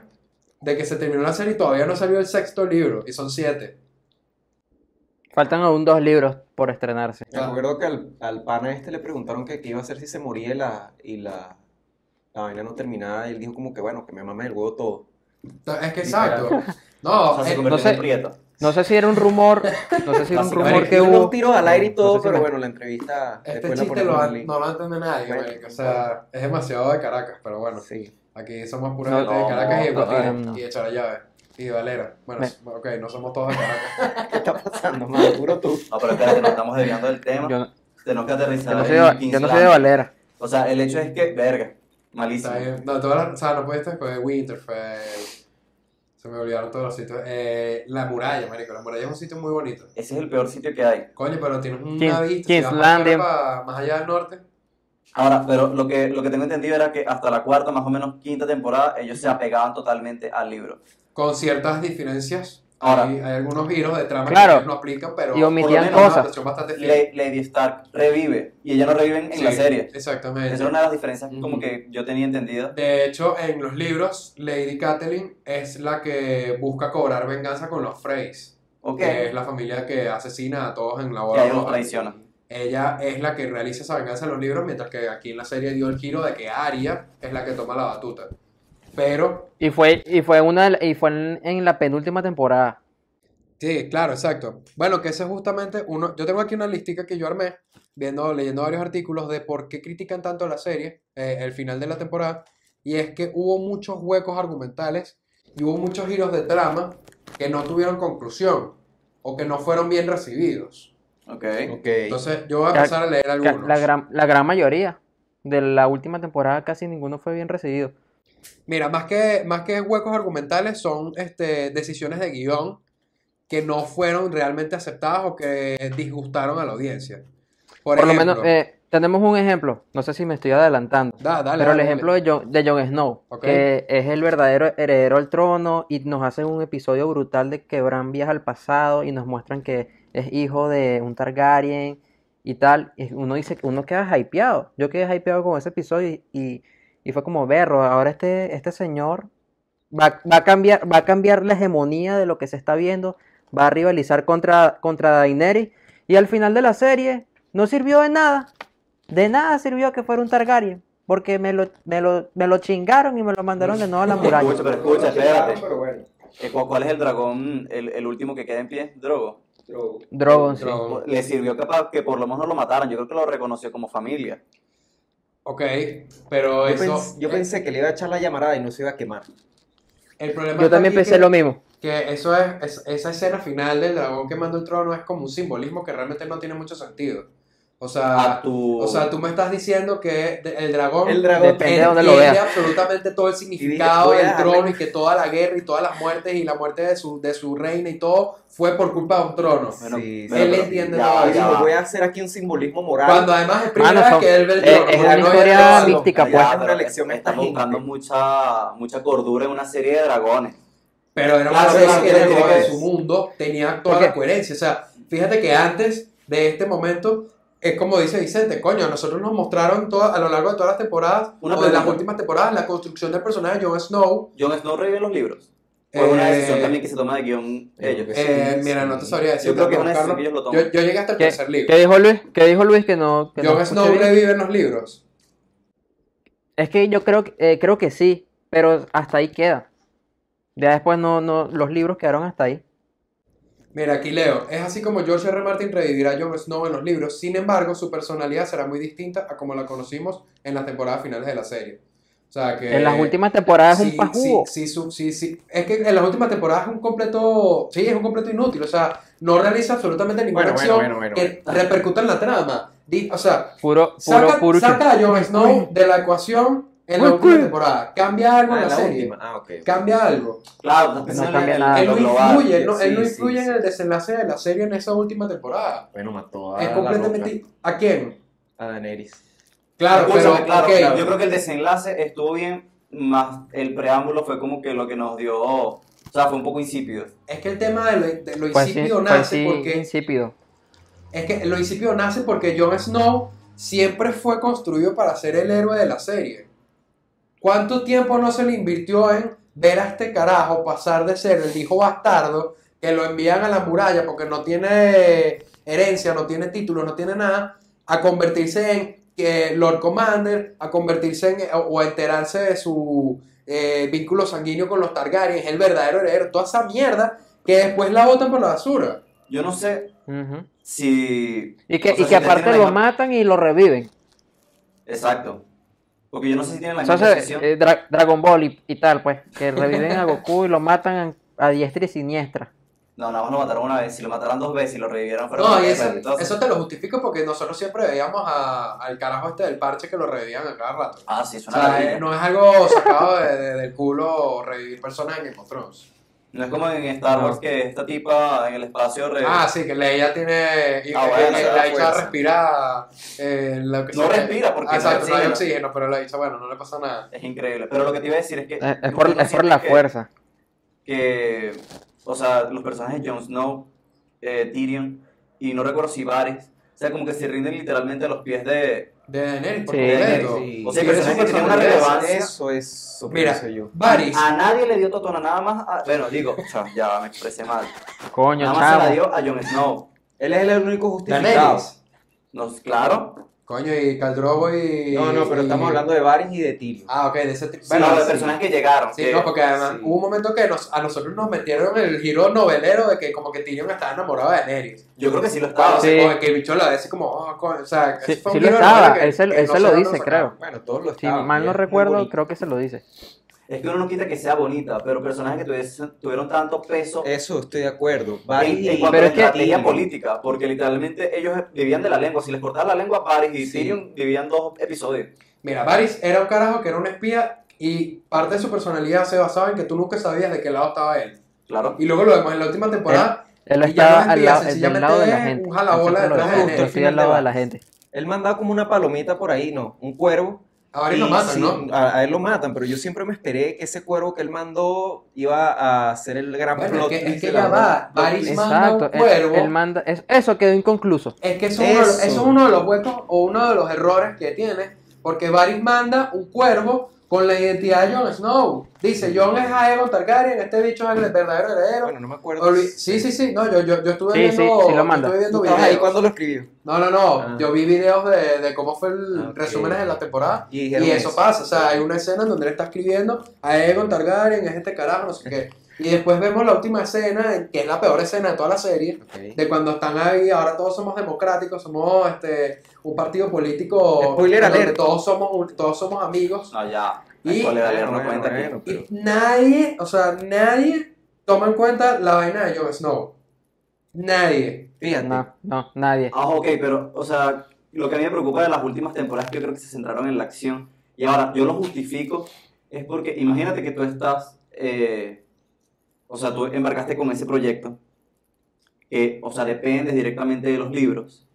Speaker 2: de que se terminó la serie y todavía no salió el sexto libro, y son siete.
Speaker 4: Faltan aún dos libros por estrenarse.
Speaker 1: Me acuerdo que al, al pana este le preguntaron que qué iba a hacer si se moría y la, y la, la vaina no terminaba. Y él dijo como que bueno, que me mame el huevo todo.
Speaker 2: Es
Speaker 1: Literal.
Speaker 2: que exacto. No,
Speaker 3: O sea,
Speaker 2: eh,
Speaker 3: se convirtió en
Speaker 4: entonces-
Speaker 3: prieto.
Speaker 4: No sé si era un rumor, no sé si era un
Speaker 3: Básicamente.
Speaker 4: rumor que
Speaker 1: Dio
Speaker 4: hubo.
Speaker 1: unos tiros al aire y
Speaker 4: No
Speaker 1: todo,
Speaker 4: sé si
Speaker 1: pero
Speaker 4: me-
Speaker 1: bueno, la entrevista
Speaker 2: este
Speaker 1: después la
Speaker 2: chiste
Speaker 1: ponemos
Speaker 2: lo
Speaker 1: en
Speaker 2: va-
Speaker 1: el link.
Speaker 2: no lo entiende nadie,
Speaker 1: Bueno.
Speaker 2: marico, O sea, es demasiado de Caracas, pero bueno.
Speaker 1: Sí.
Speaker 2: Aquí somos puros
Speaker 4: No,
Speaker 2: gente de
Speaker 3: no,
Speaker 2: Caracas y de
Speaker 4: no,
Speaker 2: Guatire,
Speaker 4: no.
Speaker 2: y de Charallave, y de Valera. Bueno,
Speaker 4: Me-
Speaker 2: s- ok, no somos todos de Caracas.
Speaker 1: ¿Qué está pasando, man? Puro tú.
Speaker 3: No, pero espérate, nos estamos desviando del tema.
Speaker 4: Yo, no-
Speaker 3: Tenemos que aterrizar
Speaker 4: yo no soy,
Speaker 3: en
Speaker 4: de- yo no soy de
Speaker 3: Kingsland.
Speaker 4: Valera.
Speaker 3: O sea, el hecho es que, verga, malísimo.
Speaker 2: Está bien. No, todas las- o sea, no pudiste fue Winterfell. Se me olvidaron todos los sitios. Eh, la muralla, marico. La muralla es un sitio muy bonito.
Speaker 3: Ese es el peor sitio que hay.
Speaker 2: Coño, pero tienes una vista.
Speaker 4: Kings- Kings
Speaker 2: si vas para
Speaker 4: Landing.
Speaker 2: acá, más allá del norte.
Speaker 3: Ahora, pero lo que, lo que tengo entendido era que hasta la cuarta, más o menos quinta temporada, ellos se apegaban totalmente al libro.
Speaker 2: Con ciertas diferencias.
Speaker 3: Ahora.
Speaker 2: hay, hay algunos giros de trama
Speaker 4: Claro.
Speaker 2: que no aplican, pero
Speaker 4: Y omitían
Speaker 2: por lo menos una
Speaker 4: cosas.
Speaker 2: adaptación bastante fiel.
Speaker 3: Le- Lady Stark revive y ella no revive en
Speaker 2: Sí,
Speaker 3: la serie.
Speaker 2: Exactamente.
Speaker 3: Esa era una de las diferencias como
Speaker 1: Ujú.
Speaker 3: que yo tenía entendido.
Speaker 2: De hecho, en los libros, Lady Catelyn es la que busca cobrar venganza con los Freys,
Speaker 3: Ok.
Speaker 2: que es la familia que asesina a todos en la
Speaker 3: Y
Speaker 2: boda
Speaker 3: ahí los
Speaker 2: roja.
Speaker 3: traiciona.
Speaker 2: Ella es la que realiza esa venganza en los libros, mientras que aquí en la serie dio el giro de que Arya es la que toma la batuta. Pero
Speaker 4: Y fue, y fue una de la- y fue en, en la penúltima temporada.
Speaker 2: Sí, claro, exacto. Bueno, que ese es justamente uno. Yo tengo aquí una listica que yo armé, viendo, leyendo varios artículos de por qué critican tanto la serie, eh, el final de la temporada, y es que hubo muchos huecos argumentales y hubo muchos giros de trama que no tuvieron conclusión o que no fueron bien recibidos.
Speaker 3: Ok.
Speaker 1: Ok.
Speaker 2: Entonces, yo voy a
Speaker 4: Ca-
Speaker 2: empezar a leer
Speaker 4: Ca-
Speaker 2: algunos.
Speaker 4: La gran, la gran mayoría. de la última temporada casi ninguno fue bien recibido.
Speaker 2: Mira, más que, más que huecos argumentales, son este, decisiones de guión que no fueron realmente aceptadas o que disgustaron a la audiencia. Por,
Speaker 4: Por, lo menos
Speaker 2: ejemplo,
Speaker 4: eh, tenemos un ejemplo, no sé si me estoy adelantando,
Speaker 2: da- dale,
Speaker 4: pero el
Speaker 2: dale,
Speaker 4: ejemplo
Speaker 2: dale.
Speaker 4: de Jon, de Jon Snow,
Speaker 2: Ok.
Speaker 4: que es el verdadero heredero al trono y nos hacen un episodio brutal de que Bran viaja al pasado y nos muestran que es hijo de un Targaryen y tal. Y uno dice que uno queda hypeado. Yo quedé hypeado con ese episodio y, y- y fue como berro. Ahora este, este señor va, va a cambiar, va a cambiar la hegemonía de lo que se está viendo, va a rivalizar contra, contra Daenerys y al final de la serie no sirvió de nada. De nada sirvió que fuera un Targaryen, porque me lo, me lo, me lo chingaron y me lo mandaron de nuevo a la muralla.
Speaker 3: Escucha, pero escucha, espérate.
Speaker 1: Pero bueno,
Speaker 3: Eh, ¿cu- ¿Cuál es el dragón, el, el último que queda en pie? Drogo.
Speaker 1: pero-
Speaker 4: Drogon, sí.
Speaker 2: Drogon.
Speaker 3: Le sirvió capaz que por lo menos no lo mataran. Yo creo que lo reconoció como familia.
Speaker 2: Ok, pero
Speaker 1: Yo,
Speaker 2: eso. eh,
Speaker 1: pens- yo pensé que le iba a echar la llamarada y no se iba a quemar.
Speaker 2: El problema
Speaker 4: Yo
Speaker 2: está
Speaker 4: también
Speaker 2: aquí
Speaker 4: pensé
Speaker 2: que-
Speaker 4: lo mismo.
Speaker 2: Que eso es, es- esa escena final del dragón quemando el trono es como un simbolismo que realmente no tiene mucho sentido. O sea,
Speaker 3: A tu-
Speaker 2: Ah, o sea, tú me estás diciendo que de- el dragón
Speaker 1: El dragón.
Speaker 4: Depende de dónde lo
Speaker 2: entiende
Speaker 4: veas.
Speaker 2: absolutamente todo el significado
Speaker 1: voy a
Speaker 2: del
Speaker 1: dejarle-
Speaker 2: trono y que toda la guerra y todas las muertes y la muerte de su, de su reina y todo fue por culpa de un trono.
Speaker 3: Bueno,
Speaker 1: Sí,
Speaker 3: pero-
Speaker 2: él
Speaker 3: pero-
Speaker 2: entiende
Speaker 3: ya
Speaker 2: todo
Speaker 3: va,
Speaker 1: Yo
Speaker 3: ya
Speaker 1: digo,
Speaker 3: va.
Speaker 1: voy a hacer aquí un simbolismo moral.
Speaker 2: Cuando además es primera
Speaker 4: Mano,
Speaker 2: vez
Speaker 4: son-
Speaker 2: que él ve el
Speaker 4: eh,
Speaker 2: trono.
Speaker 4: es
Speaker 2: porque
Speaker 4: una
Speaker 2: no había
Speaker 4: historia
Speaker 2: trono.
Speaker 4: mística,
Speaker 1: pues.
Speaker 3: Ya,
Speaker 1: Una
Speaker 3: pero
Speaker 1: lección a esta
Speaker 3: Estamos
Speaker 1: gente.
Speaker 3: buscando mucha, mucha cordura en una serie de dragones.
Speaker 2: Pero era una
Speaker 1: Claro,
Speaker 2: serie
Speaker 1: claro,
Speaker 2: que era
Speaker 1: tiene
Speaker 2: nueva
Speaker 1: que
Speaker 2: de
Speaker 1: ver.
Speaker 2: su mundo, tenía toda la
Speaker 4: Porque-
Speaker 2: coherencia. O sea, fíjate que antes de este momento, es como dice Vicente, coño, a nosotros nos mostraron toda- a lo largo de todas las temporadas,
Speaker 3: Una
Speaker 2: o de las
Speaker 3: pregunta.
Speaker 2: últimas temporadas, la construcción del personaje de Jon Snow.
Speaker 3: Jon Snow revive los libros. Fue una
Speaker 2: Eh,
Speaker 3: decisión también que se toma de guión
Speaker 1: yo
Speaker 3: ellos.
Speaker 1: creo que
Speaker 2: Eh,
Speaker 1: sí,
Speaker 2: mira,
Speaker 1: sí.
Speaker 2: no te sabría decir.
Speaker 3: Yo creo que es
Speaker 2: tengo
Speaker 3: una decisión que
Speaker 2: buscarlo.
Speaker 3: ellos lo toman.
Speaker 2: yo, yo llegué hasta el
Speaker 4: ¿Qué-
Speaker 2: tercer libro.
Speaker 4: ¿Qué dijo Luis? ¿Qué dijo Luis que no? que no
Speaker 2: Jon
Speaker 4: escuché
Speaker 2: Snow
Speaker 4: bien?
Speaker 2: revive en los libros.
Speaker 4: Es que yo creo que, eh, creo que sí, pero hasta ahí queda. Ya después no, no, los libros quedaron hasta ahí.
Speaker 2: Mira, aquí leo. Es así como George R. R. Martin revivirá a Jon Snow en los libros. Sin embargo, su personalidad será muy distinta a como la conocimos en las temporadas finales de la serie. O sea que.
Speaker 4: En las últimas temporadas
Speaker 2: Eh,
Speaker 4: es
Speaker 2: Sí,
Speaker 4: un pajugo.
Speaker 2: Sí, sí, su- sí, sí. Es que en las últimas temporadas es un completo. Sí, es un completo inútil. O sea, no realiza absolutamente ninguna
Speaker 1: Bueno, bueno,
Speaker 2: acción
Speaker 1: bueno, bueno,
Speaker 2: que repercuta en la trama. Di- O sea,
Speaker 4: Puro, puro,
Speaker 2: saca,
Speaker 4: puro.
Speaker 2: saca a Jon Snow de la ecuación en la
Speaker 4: Uy,
Speaker 2: última
Speaker 4: uy.
Speaker 2: temporada. Cambia algo
Speaker 1: Ah,
Speaker 2: en la,
Speaker 1: la
Speaker 2: serie.
Speaker 1: última. Ah, ok.
Speaker 2: Cambia algo.
Speaker 3: Claro, estás pensando en
Speaker 4: cambia
Speaker 3: el- en
Speaker 4: nada.
Speaker 2: él
Speaker 3: lo
Speaker 2: no
Speaker 3: global.
Speaker 2: influye, no, él no
Speaker 1: sí, sí,
Speaker 2: influye
Speaker 1: sí.
Speaker 2: en el desenlace de la serie en esa última temporada.
Speaker 1: Bueno, mató a
Speaker 2: es
Speaker 1: Ah, la
Speaker 2: completamente.
Speaker 1: loca,
Speaker 2: ¿A quién?
Speaker 1: a Daenerys.
Speaker 2: Claro,
Speaker 3: Escúchame,
Speaker 2: pero.
Speaker 3: claro,
Speaker 2: ok,
Speaker 3: claro. Yo creo que el desenlace estuvo bien, más el preámbulo fue como que lo que nos dio. O sea, fue un poco insípido.
Speaker 2: Es que el tema de lo, de lo
Speaker 4: Fue así-
Speaker 2: insípido
Speaker 4: fue
Speaker 2: nace
Speaker 4: así
Speaker 2: porque
Speaker 4: pues insípido.
Speaker 2: Es que lo principio nace porque Jon Snow siempre fue construido para ser el héroe de la serie. ¿Cuánto tiempo no se le invirtió en ver a este carajo pasar de ser el hijo bastardo que lo envían a la muralla porque no tiene herencia, no tiene título, no tiene nada, a convertirse en eh, Lord Commander, a convertirse en, eh, o a enterarse de su eh, vínculo sanguíneo con los Targaryen, el verdadero heredero, toda esa mierda que después la botan por la basura?
Speaker 3: Yo no sé
Speaker 4: Ujú.
Speaker 3: si.
Speaker 4: Y que,
Speaker 3: o sea,
Speaker 4: y
Speaker 3: si
Speaker 4: que aparte
Speaker 3: tienen
Speaker 4: lo
Speaker 3: la misma-
Speaker 4: matan y lo reviven.
Speaker 3: Exacto. Porque yo no sé si tienen la
Speaker 4: O sea,
Speaker 3: misma
Speaker 4: se-
Speaker 3: decisión.
Speaker 4: eh, Dra- Dragon Ball y, y tal, pues. Que reviven a Goku y lo matan a diestra y siniestra.
Speaker 3: No, nada más lo mataron una vez. Si lo mataran dos veces y lo revivieran, fuera
Speaker 2: No,
Speaker 3: una
Speaker 2: y
Speaker 3: vez,
Speaker 2: eso,
Speaker 3: entonces-
Speaker 2: eso te lo justifico porque nosotros siempre veíamos a- al carajo este del parche que lo revivían a cada rato.
Speaker 3: Ah, sí,
Speaker 2: O
Speaker 3: suena
Speaker 2: sea,
Speaker 3: maravilla.
Speaker 2: eh, no es algo sacado de- de- del culo revivir personas en Game of Thrones.
Speaker 3: No es como en Star Wars que esta tipa en el espacio re-
Speaker 2: Ah, sí, que Leia tiene. y-
Speaker 3: Ah,
Speaker 2: y-
Speaker 3: bueno,
Speaker 2: y-
Speaker 3: se da
Speaker 2: la hija
Speaker 3: fuerza.
Speaker 2: respira. eh, lo que
Speaker 3: No
Speaker 2: sea.
Speaker 3: respira porque
Speaker 2: Ah,
Speaker 3: no
Speaker 2: exacto, no hay
Speaker 3: oxígeno.
Speaker 2: oxígeno, pero la hija, bueno, no le pasa nada.
Speaker 3: es increíble. Pero lo que te iba a decir es
Speaker 2: Eh,
Speaker 3: que.
Speaker 4: Eh, Es, es
Speaker 3: ¿tú
Speaker 4: por,
Speaker 3: no
Speaker 4: es por
Speaker 3: sientes
Speaker 4: la
Speaker 3: que-
Speaker 4: fuerza.
Speaker 3: que, o sea, los personajes de Jon Snow, eh, Tyrion y no recuerdo si Varys, o sea, como que se rinden literalmente a los pies de...
Speaker 2: De Daenerys, por
Speaker 4: Sí.
Speaker 2: completo.
Speaker 1: Sí.
Speaker 3: O sea,
Speaker 2: Sí,
Speaker 3: personajes
Speaker 2: eso
Speaker 3: que tienen una
Speaker 2: personalidad.
Speaker 3: relevancia.
Speaker 1: Eso es
Speaker 2: Mira,
Speaker 1: pienso yo.
Speaker 2: Varys.
Speaker 3: A nadie le dio totona, nada más a- Bueno, digo, cha, ya me expresé mal.
Speaker 4: Coño,
Speaker 3: Nada más se la
Speaker 4: chavo.
Speaker 3: dio a Jon Snow.
Speaker 1: Él es el único justificado.
Speaker 2: Daenerys.
Speaker 3: Nos, claro,
Speaker 2: Coño, y Caldrogo y.
Speaker 1: No, no, pero estamos
Speaker 2: y-
Speaker 1: hablando de Varys y de Tyrion.
Speaker 2: Ah, ok, de ese tipo.
Speaker 3: sino de personas que llegaron.
Speaker 2: Sí,
Speaker 3: que-
Speaker 2: no, porque además
Speaker 1: sí.
Speaker 2: hubo un momento que nos, a nosotros nos metieron el giro novelero de que como que Tyrion estaba enamorado de Daenerys.
Speaker 3: Yo creo que Ah, sí lo
Speaker 2: Claro,
Speaker 3: estaba.
Speaker 2: o
Speaker 4: Sí.
Speaker 2: sea, como que el bicho lo dice como, oh, coño, o sea,
Speaker 4: Sí,
Speaker 2: eso fue
Speaker 4: sí
Speaker 2: un
Speaker 4: lo
Speaker 2: giro
Speaker 4: estaba,
Speaker 2: novelero que-
Speaker 4: él se-
Speaker 2: que
Speaker 4: él
Speaker 2: no
Speaker 4: se lo
Speaker 2: lograron
Speaker 4: dice,
Speaker 2: sacar.
Speaker 4: creo.
Speaker 1: Bueno, todos lo
Speaker 4: Si
Speaker 1: estaban.
Speaker 4: mal
Speaker 1: y
Speaker 4: no
Speaker 1: es muy
Speaker 4: recuerdo,
Speaker 1: bonito.
Speaker 4: creo que se lo dice.
Speaker 3: Es que uno no quita que sea bonita, pero personajes que tuviesen- tuvieron tanto peso
Speaker 1: Eso estoy de acuerdo. Eh, Varys
Speaker 3: En,
Speaker 1: y
Speaker 3: en cuanto
Speaker 4: Pero
Speaker 3: a
Speaker 4: es que-
Speaker 3: estrategia
Speaker 1: Tyrion.
Speaker 3: política, porque literalmente ellos vivían de la lengua. Si les cortaba la lengua a Paris y
Speaker 1: Sí.
Speaker 3: Tyrion, vivían dos episodios.
Speaker 2: Mira, Varys era un carajo que era un espía y parte de su personalidad se basaba en que tú nunca sabías de qué lado estaba él.
Speaker 3: Claro.
Speaker 2: Y luego lo demás en la última temporada.
Speaker 4: Él
Speaker 2: Y ya no
Speaker 4: estaba
Speaker 2: es
Speaker 4: al
Speaker 2: espía,
Speaker 4: lado, del
Speaker 2: sencillamente
Speaker 4: lado de la
Speaker 2: es
Speaker 4: gente.
Speaker 2: un jalabola
Speaker 4: Así como lo
Speaker 2: detrás
Speaker 1: de
Speaker 4: dicen,
Speaker 1: gente.
Speaker 4: yo estoy al lado de la gente.
Speaker 1: Él mandaba como una palomita por ahí, ¿no? Un cuervo.
Speaker 2: A
Speaker 1: Y
Speaker 2: Varys lo matan,
Speaker 1: sí,
Speaker 2: ¿no?
Speaker 1: A, a él lo matan, pero yo siempre me esperé que ese cuervo que él mandó iba a ser el gran
Speaker 2: Bueno, es
Speaker 1: plot
Speaker 2: que, es
Speaker 1: twist
Speaker 2: que
Speaker 1: de la
Speaker 2: ya
Speaker 1: novela.
Speaker 2: va. Varys manda un
Speaker 4: Exacto. él-
Speaker 2: cuervo.
Speaker 4: él manda- es- eso quedó inconcluso.
Speaker 2: Es que eso, es uno de los-
Speaker 1: Eso.
Speaker 2: eso es uno de los huecos o uno de los errores que tiene, porque Varys manda un cuervo con la identidad de Jon Snow. Dice, Jon es Aegon Targaryen, este bicho es el verdadero heredero.
Speaker 1: Bueno, no me acuerdo.
Speaker 2: Olvi- sí, sí, sí, no, yo, yo, yo estuve
Speaker 4: Sí,
Speaker 2: viendo,
Speaker 4: sí, sí lo
Speaker 2: yo
Speaker 4: manda.
Speaker 2: estuve viendo
Speaker 1: ¿Tú estabas ahí
Speaker 2: videos.
Speaker 1: cuando lo escribió?
Speaker 2: No, no, no,
Speaker 1: Ah.
Speaker 2: yo vi videos de, de cómo fue el
Speaker 1: Ah, ok.
Speaker 2: resúmenes de la temporada
Speaker 1: Y
Speaker 2: y,
Speaker 1: dijeron
Speaker 2: eso,
Speaker 1: eso.
Speaker 2: pasa, o sea, hay una escena en donde él está escribiendo Aegon Targaryen, es este carajo, no sé qué. Y después vemos la última escena, en- que es la peor escena de toda la serie, de cuando están ahí, ahora todos somos democráticos, somos este un partido político
Speaker 1: Spoiler
Speaker 2: en donde
Speaker 1: alert.
Speaker 2: todos somos un- todos somos amigos
Speaker 3: No, ya.
Speaker 2: Y-
Speaker 3: ¿Cuál era
Speaker 1: Bueno,
Speaker 3: cuenta aquí.
Speaker 1: bueno,
Speaker 2: y
Speaker 1: pero-
Speaker 2: nadie, o sea, nadie toma en cuenta la vaina de Jon Snow. Nadie.
Speaker 1: Fíjate.
Speaker 4: No, no, nadie.
Speaker 3: Ah, ok, pero, o sea, lo que a mí me preocupa de las últimas temporadas es que yo creo que se centraron en la acción. Y ahora, yo lo justifico, es porque imagínate que tú estás, eh, o sea, tú embarcaste con ese proyecto, eh, o sea, dependes directamente de los libros.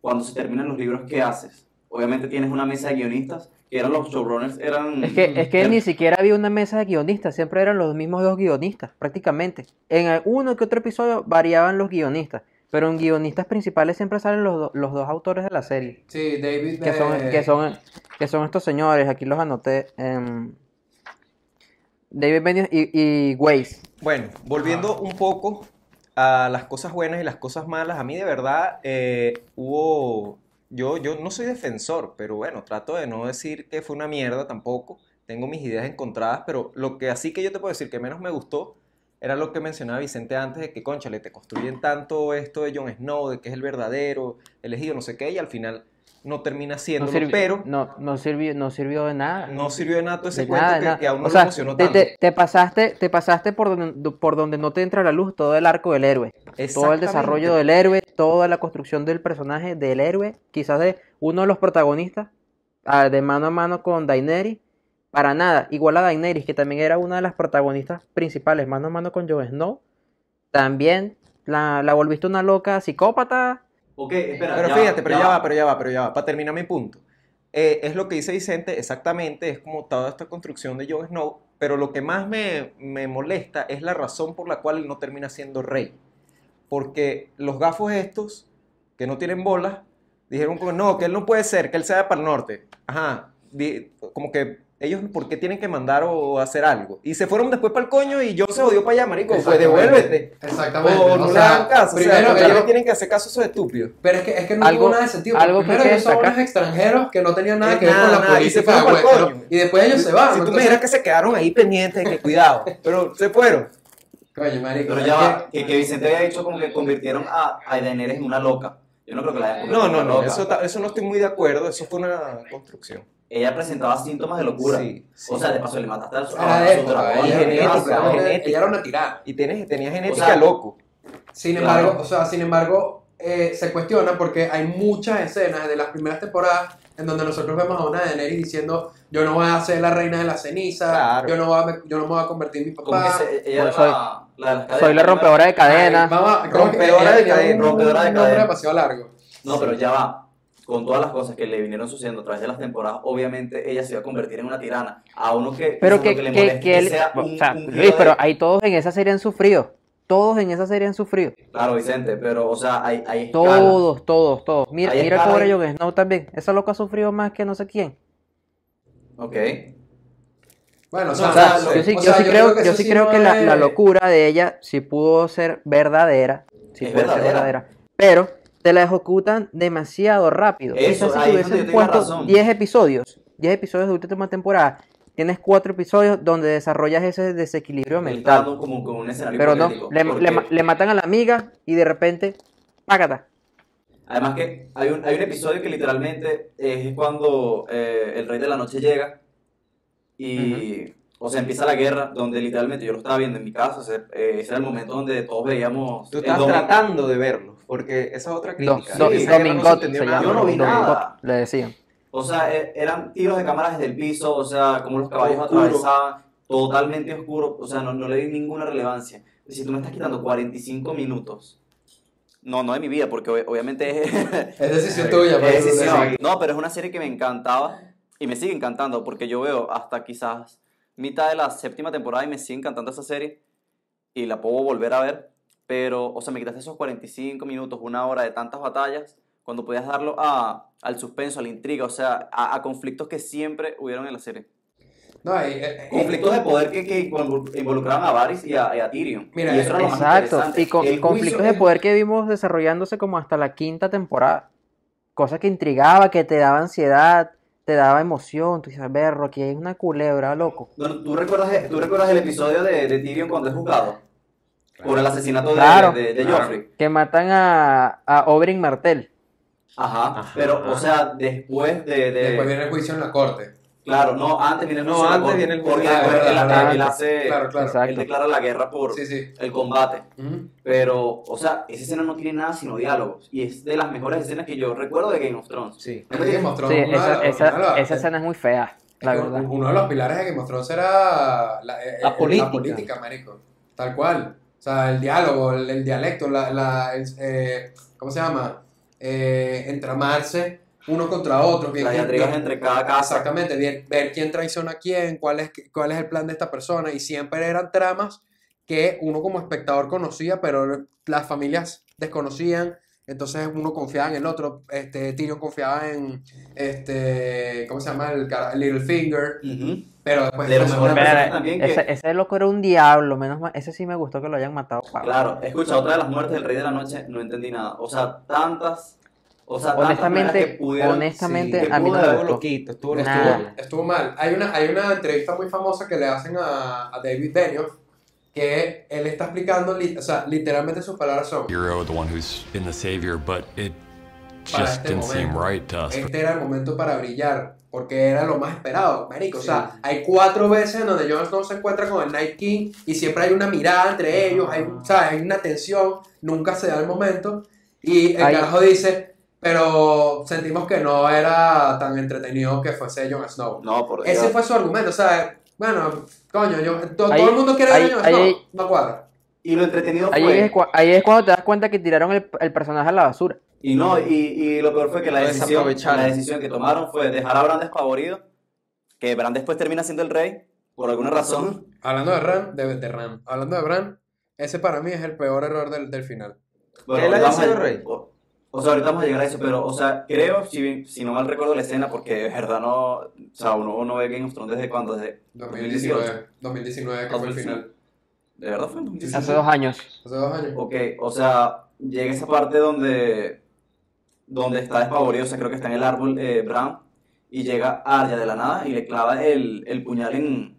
Speaker 3: Cuando se terminan los libros, ¿qué haces? Obviamente tienes una mesa de guionistas, que eran los showrunners, eran... Mm.
Speaker 4: Es que, es que
Speaker 3: eran-
Speaker 4: ni siquiera había una mesa de guionistas, siempre eran los mismos dos guionistas, prácticamente. En el- uno que otro episodio variaban los guionistas, pero en guionistas principales siempre salen los, do- los dos autores de la serie,
Speaker 2: Sí, David
Speaker 4: que son,
Speaker 2: eh,
Speaker 4: que son, que son estos señores, aquí los anoté, em, David Benioff y, y Weiss.
Speaker 1: Bueno, volviendo un poco a las cosas buenas y las cosas malas, a mí de verdad eh, hubo, yo, yo no soy defensor, pero bueno, trato de no decir que fue una mierda tampoco, tengo mis ideas encontradas, pero lo que así que yo te puedo decir que menos me gustó era lo que mencionaba Vicente antes de que, conchale, te construyen tanto esto de Jon Snow, de que es el verdadero elegido, no sé qué, y al final no termina
Speaker 4: No
Speaker 1: siendo,
Speaker 4: sirvió,
Speaker 1: pero
Speaker 4: no, no sirvió, no sirvió de nada.
Speaker 1: no sirvió de nada todo ese
Speaker 4: De
Speaker 1: cuento
Speaker 4: nada, de
Speaker 1: que,
Speaker 4: nada.
Speaker 1: que a uno
Speaker 4: o
Speaker 1: lo
Speaker 4: sea,
Speaker 1: emocionó
Speaker 4: te,
Speaker 1: tanto.
Speaker 4: te- te pasaste, te pasaste por donde, por donde no te entra la luz, todo el arco del héroe, todo el
Speaker 1: Exactamente.
Speaker 4: desarrollo del héroe, toda la construcción del personaje del héroe, quizás de uno de los protagonistas, ah, de mano a mano con Daenerys, para nada, igual a Daenerys, que también era una de las protagonistas principales, mano a mano con Jon Snow, también la, la volviste una loca psicópata,
Speaker 3: Ok, espera,
Speaker 1: Pero
Speaker 3: ya
Speaker 1: fíjate, pero ya va,
Speaker 3: pero...
Speaker 1: pero ya va, pero ya va. Para terminar mi punto. Eh, es lo que dice Vicente, exactamente, es como toda esta construcción de Jon Snow, pero lo que más me, me molesta es la razón por la cual él no termina siendo rey. Porque los gafos estos, que no tienen bolas, dijeron como, no, que él no puede ser, que él se vaya para el norte. Ajá, di- como que ellos, ¿por qué tienen que mandar o hacer algo? Y se fueron después para el coño y Jon se jodió para allá, marico, pues
Speaker 2: Exactamente.
Speaker 1: devuélvete.
Speaker 2: Exactamente.
Speaker 1: O
Speaker 2: o
Speaker 1: no le
Speaker 2: sea,
Speaker 1: hagan caso, o sea,
Speaker 2: primero
Speaker 1: ¿por qué
Speaker 2: ellos-
Speaker 1: le tienen que hacer caso a esos estúpidos?
Speaker 2: Pero es que, es que no
Speaker 4: Algo-
Speaker 2: tuvo nada de sentido. porque
Speaker 4: algo que
Speaker 2: primero
Speaker 4: ustedes
Speaker 2: ellos son unos
Speaker 4: sacaron.
Speaker 2: extranjeros que no tenían nada
Speaker 1: Es
Speaker 2: que ver con
Speaker 1: nada,
Speaker 2: la
Speaker 1: nada, y se
Speaker 2: política.
Speaker 1: fueron pa'l
Speaker 2: güey,
Speaker 1: coño.
Speaker 2: ¿no? Y después ellos se van.
Speaker 1: Si tú me
Speaker 2: entonces-
Speaker 1: dijeras que se quedaron ahí pendientes, que cuidado. Pero se fueron.
Speaker 2: Coño, marico.
Speaker 3: Pero
Speaker 2: es
Speaker 3: ya
Speaker 2: que-
Speaker 3: va, que, que Vicente había dicho como que convirtieron a, a Daenerys en una loca. Yo no creo que la hayan convertido
Speaker 1: No,
Speaker 3: en
Speaker 1: no,
Speaker 3: una
Speaker 1: no.
Speaker 3: loca.
Speaker 1: Eso, ta- eso no estoy muy de acuerdo. Eso fue una construcción.
Speaker 3: ella presentaba síntomas de locura.
Speaker 1: Sí, sí.
Speaker 3: O sea, de paso le mataste al
Speaker 2: Ah, Era
Speaker 4: Ah,
Speaker 2: de esto,
Speaker 1: y
Speaker 2: ella,
Speaker 1: genética,
Speaker 2: ella era una-
Speaker 1: genética.
Speaker 2: ella era una tirana.
Speaker 1: Y tenés, tenía genética
Speaker 3: O sea,
Speaker 1: loco.
Speaker 2: Sin
Speaker 3: Claro.
Speaker 2: embargo, o sea, sin embargo, eh, se cuestiona porque hay muchas escenas de las primeras temporadas en donde nosotros vemos a una Daenerys diciendo yo no voy a ser la reina de la ceniza,
Speaker 1: Claro.
Speaker 2: yo, no voy a, yo no me voy a convertir en mi
Speaker 3: Como que
Speaker 2: papá.
Speaker 3: se- ella era
Speaker 4: Soy-
Speaker 3: la, la de las
Speaker 4: soy la
Speaker 3: cadenas,
Speaker 4: rompedora de
Speaker 2: Ay,
Speaker 4: cadenas.
Speaker 2: vamos a- creo que
Speaker 1: Rompedora
Speaker 2: ella
Speaker 1: de
Speaker 2: tenía
Speaker 1: cadena,
Speaker 2: un
Speaker 3: rompedora de
Speaker 2: nombre
Speaker 3: cadena.
Speaker 2: demasiado largo.
Speaker 3: No, pero ya va. Con todas las cosas que le vinieron sucediendo a través de las temporadas, obviamente ella se iba a convertir en una tirana. A uno que,
Speaker 4: Pero
Speaker 3: eso es lo
Speaker 4: que,
Speaker 3: le
Speaker 4: que,
Speaker 3: molesta,
Speaker 4: que él,
Speaker 3: sea
Speaker 4: o
Speaker 3: un-
Speaker 4: sea,
Speaker 3: un
Speaker 4: Luis,
Speaker 3: giro
Speaker 4: pero
Speaker 3: de-
Speaker 4: ahí todos en esa serie han sufrido, todos en esa serie han sufrido.
Speaker 3: Claro, Vicente, pero, o sea, hay, hay escalas.
Speaker 4: Todos, todos, todos. Mira,
Speaker 3: Ahí
Speaker 4: mira
Speaker 3: está,
Speaker 4: pobre
Speaker 3: ahí.
Speaker 4: Jon Snow también. Esa loca ha sufrido más que no sé quién.
Speaker 3: Ok.
Speaker 2: Bueno, o
Speaker 3: No,
Speaker 2: sea,
Speaker 4: O sea,
Speaker 3: Ah, lo-
Speaker 4: yo sí,
Speaker 2: o
Speaker 4: yo
Speaker 2: sea,
Speaker 4: sí creo,
Speaker 2: que
Speaker 4: yo
Speaker 2: eso
Speaker 4: sí
Speaker 2: sí
Speaker 4: creo
Speaker 2: no
Speaker 4: que la,
Speaker 2: es-
Speaker 4: la locura de ella sí pudo ser verdadera. Sí
Speaker 3: Es
Speaker 4: pudo ser
Speaker 3: verdadera.
Speaker 4: verdadera. Pero te la ejecutan demasiado rápido.
Speaker 3: Eso, ahí es
Speaker 4: Quizás si
Speaker 3: donde
Speaker 4: tuviesen
Speaker 3: yo tengo la
Speaker 4: puesto
Speaker 3: razón.
Speaker 4: 10 episodios, 10 episodios de última temporada, tienes 4 episodios donde desarrollas ese desequilibrio
Speaker 3: Él está
Speaker 4: mental.
Speaker 3: dando como, como un escenario
Speaker 4: Pero no,
Speaker 3: hipotético,
Speaker 4: le,
Speaker 3: porque-
Speaker 4: le ma- le matan a la amiga y de repente, págata.
Speaker 3: Además que hay un, hay un episodio que literalmente es cuando eh, el Rey de la Noche llega y, o sea, empieza la guerra, donde literalmente yo lo estaba viendo en mi casa, o sea, eh, ese era el momento donde todos veíamos
Speaker 1: Tú
Speaker 3: el
Speaker 1: estás
Speaker 3: domingo.
Speaker 1: tratando de verlo. Porque esa es otra
Speaker 4: Dos,
Speaker 1: crítica.
Speaker 3: dos-
Speaker 1: Esa guerra no se
Speaker 4: Domingot se
Speaker 1: entendió
Speaker 4: llama.
Speaker 1: nada.
Speaker 3: Yo no vi
Speaker 4: Domingot,
Speaker 3: nada.
Speaker 4: le decían.
Speaker 3: O sea, e- eran tiros de cámaras desde el piso, o sea, como los caballos
Speaker 1: Oscuro.
Speaker 3: atravesaban, totalmente oscuro, o sea, no, no le di ninguna relevancia. Si tú me estás quitando 45 minutos. No, no de mi vida, porque ob- obviamente es,
Speaker 2: Es decisión tuya,
Speaker 3: Qué
Speaker 2: pues,
Speaker 3: decisión.
Speaker 2: decisión.
Speaker 3: No, pero es una serie que me encantaba y me sigue encantando porque yo veo hasta quizás mitad de la séptima temporada y me sigue encantando esa serie y la puedo volver a ver. Pero, o sea, me quitaste esos 45 minutos, una hora de tantas batallas, cuando podías darlo a, al suspenso, a la intriga, o sea, a, a conflictos que siempre hubieron en la serie.
Speaker 2: No, y- eh, eh,
Speaker 3: Conflictos de poder que, que invol- involucraban a Varys y a, y a Tyrion.
Speaker 2: Mira,
Speaker 3: y eso era lo más
Speaker 4: Exacto, y
Speaker 3: interesante.
Speaker 4: con
Speaker 3: El
Speaker 4: conflictos
Speaker 3: juicio-
Speaker 4: de poder que vimos desarrollándose como hasta la quinta temporada. Cosa que intrigaba, que te daba ansiedad, te daba emoción. Tú dices, berro, aquí hay una culebra, loco.
Speaker 3: Bueno, ¿Tú recuerdas, ¿Tú recuerdas el episodio de, de Tyrion cuando es juzgado? Por el asesinato de,
Speaker 4: Claro.
Speaker 3: de, de
Speaker 2: Claro.
Speaker 3: Joffrey.
Speaker 4: Que matan a, a Oberyn Martel.
Speaker 3: Ajá.
Speaker 1: Ajá.
Speaker 3: Pero, o sea, después de. de-
Speaker 2: después viene el juicio en la corte.
Speaker 3: Claro, no, antes viene el
Speaker 1: No,
Speaker 3: juicio de la
Speaker 1: antes
Speaker 3: corte,
Speaker 1: viene el
Speaker 3: Porque
Speaker 1: juicio.
Speaker 3: después
Speaker 2: Ah,
Speaker 3: él,
Speaker 2: verdad,
Speaker 3: él
Speaker 4: verdad.
Speaker 3: hace.
Speaker 2: Claro, claro.
Speaker 3: Él
Speaker 4: Exacto.
Speaker 3: declara la guerra por
Speaker 2: Sí, sí.
Speaker 3: el combate.
Speaker 2: Ujú.
Speaker 3: Pero, o sea, esa escena no tiene nada sino diálogos. Y es de las mejores escenas que yo recuerdo de Game of Thrones.
Speaker 1: Sí.
Speaker 2: Es que Game of Thrones,
Speaker 4: Sí,
Speaker 2: uno de los-
Speaker 4: esa, esa-
Speaker 2: uno de los-
Speaker 4: esa escena es muy fea,
Speaker 2: es
Speaker 4: la
Speaker 2: que
Speaker 4: verdad.
Speaker 2: Uno de los pilares de Game of Thrones era la, eh, eh,
Speaker 1: La política.
Speaker 2: política, marico. Tal cual. O sea, el diálogo, el, el dialecto, la, la, el- eh, ¿cómo se llama? Eh, entramarse uno contra otro. bien-
Speaker 3: Las
Speaker 2: bien-
Speaker 3: diatribas
Speaker 2: bien-
Speaker 3: entre cada casa.
Speaker 2: Ah, Exactamente, ver, ver quién traiciona a quién, cuál es, cuál es el plan de esta persona. Y siempre eran tramas que uno como espectador conocía, pero las familias desconocían. Entonces uno confiaba en el otro. Este, Tyrion confiaba en, este, ¿cómo se llama? El cara- Littlefinger.
Speaker 3: Ujú.
Speaker 2: Pero después...
Speaker 3: Pero se vuelve-
Speaker 4: Pero,
Speaker 3: persona también que-
Speaker 4: ese, ese loco era un diablo, menos mal. Ese sí me gustó que lo hayan matado. Wow.
Speaker 3: Claro, escucha, otra de las muertes del Rey de la Noche, no entendí nada. O sea, tantas. O sea, tantas maneras que
Speaker 4: honestamente,
Speaker 3: pudieron-
Speaker 4: honestamente,
Speaker 3: sí, que
Speaker 4: a mí no
Speaker 3: pudo
Speaker 4: me
Speaker 1: Estuvo
Speaker 3: haberlo
Speaker 4: gustó.
Speaker 1: loquito, estuvo
Speaker 4: Nah.
Speaker 1: loquito.
Speaker 2: Estuvo mal. Hay una, hay una entrevista muy famosa que le hacen a, a David Benioff que él está explicando, li- o sea, literalmente sus palabras son...
Speaker 5: hero, the one who's been the savior, but it
Speaker 2: para
Speaker 5: just
Speaker 2: este
Speaker 5: didn't seem
Speaker 2: momento.
Speaker 5: right
Speaker 4: Ah,
Speaker 5: to us.
Speaker 2: Este era el momento para brillar, porque era lo más esperado, marico. O sea, hay cuatro veces en donde Jon Snow se encuentra con el Night King y siempre hay una mirada entre ellos, hay, o sea, hay una tensión, nunca se da el momento. Y el
Speaker 4: Hay-
Speaker 2: carajo dice, pero sentimos que no era tan entretenido que fuese Jon Snow.
Speaker 3: No, por Dios.
Speaker 2: Ese fue su argumento, o sea, bueno, coño, yo, to-
Speaker 4: Ahí-
Speaker 2: todo el mundo quiere ver
Speaker 4: ahí-
Speaker 2: a Jon
Speaker 4: ahí-
Speaker 2: Snow, no cuadra.
Speaker 3: Y lo entretenido
Speaker 4: Ahí
Speaker 3: fue.
Speaker 4: es, cua- ahí es cuando te das cuenta que tiraron el, el personaje a la basura.
Speaker 3: Y no, y, y lo peor fue que la
Speaker 1: Lo
Speaker 3: decisión,
Speaker 1: desaprovecharon.
Speaker 3: la decisión que tomaron fue dejar a Bran despavorido, que Bran después termina siendo el rey, por alguna razón.
Speaker 2: Hablando de Ram, de, de Ram, hablando de Ram, ese para mí es el peor error del, del final.
Speaker 1: Que él haya
Speaker 3: ahorita
Speaker 1: sido
Speaker 3: vamos a-
Speaker 1: rey.
Speaker 3: O, o sea, ahorita vamos a llegar a eso, pero, o sea, creo, si, si no mal recuerdo la escena, porque de verdad no, o sea, uno, uno ve Game of Thrones desde cuando, desde,
Speaker 2: 2019, 2019 que fue el final.
Speaker 3: de verdad fue en
Speaker 2: Sí,
Speaker 4: Hace
Speaker 3: 2016.
Speaker 2: sí.
Speaker 4: dos años.
Speaker 2: Hace dos años.
Speaker 3: Ok, o sea, llega esa parte donde, donde está despavorido, o sea, creo que está en el árbol eh, Bran, y llega Arya de la nada y le clava el, el puñal en,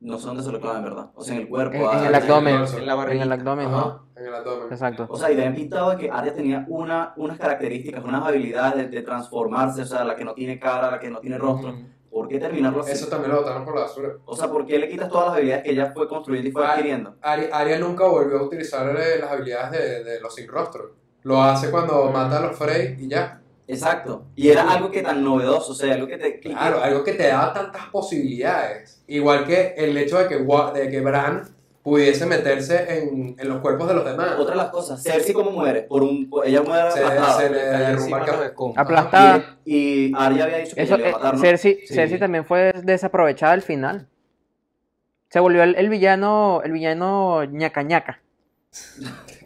Speaker 3: no sé dónde se lo clava en verdad, o sea, en el cuerpo.
Speaker 4: En,
Speaker 3: a
Speaker 4: en el
Speaker 3: Arya.
Speaker 4: abdomen.
Speaker 1: En la
Speaker 4: En el
Speaker 1: barriguita.
Speaker 4: abdomen, ¿no?
Speaker 2: Ajá, en el abdomen.
Speaker 4: Exacto.
Speaker 3: O sea, y le han pintado de que Arya tenía una, unas características, unas habilidades de, de transformarse, o sea, la que no tiene cara, la que no tiene rostro. ¿Por qué terminarlo así?
Speaker 2: Eso también lo botaron por la basura.
Speaker 3: O sea, ¿por qué le quitas todas las habilidades que ella fue construyendo y fue
Speaker 2: Ah.
Speaker 3: adquiriendo?
Speaker 2: Ari- Arya nunca volvió a utilizar eh, las habilidades de, de los sin rostro. Lo hace cuando mata a los Frey y ya.
Speaker 3: Exacto. Y era algo que tan novedoso, o sea, algo que te...
Speaker 2: Claro, algo que te daba tantas posibilidades. Igual que el hecho de que, Wa- de que Bran pudiese meterse en, en los cuerpos de los demás.
Speaker 3: Otra de las cosas, Cersei como muere, por un, por- ella muere
Speaker 2: Se,
Speaker 3: aplastada.
Speaker 2: se le
Speaker 1: Cayó
Speaker 2: derrumba el
Speaker 1: encima
Speaker 2: cabello.
Speaker 1: de Con.
Speaker 4: Aplastada.
Speaker 3: Y, y Arya había dicho que
Speaker 4: Ah. Eso,
Speaker 3: ella le iba a
Speaker 4: eh,
Speaker 3: matar, ¿no?
Speaker 4: Cersei,
Speaker 1: Sí.
Speaker 4: Cersei también fue desaprovechada al final. Se volvió el, el villano, el villano ñaca ñaca.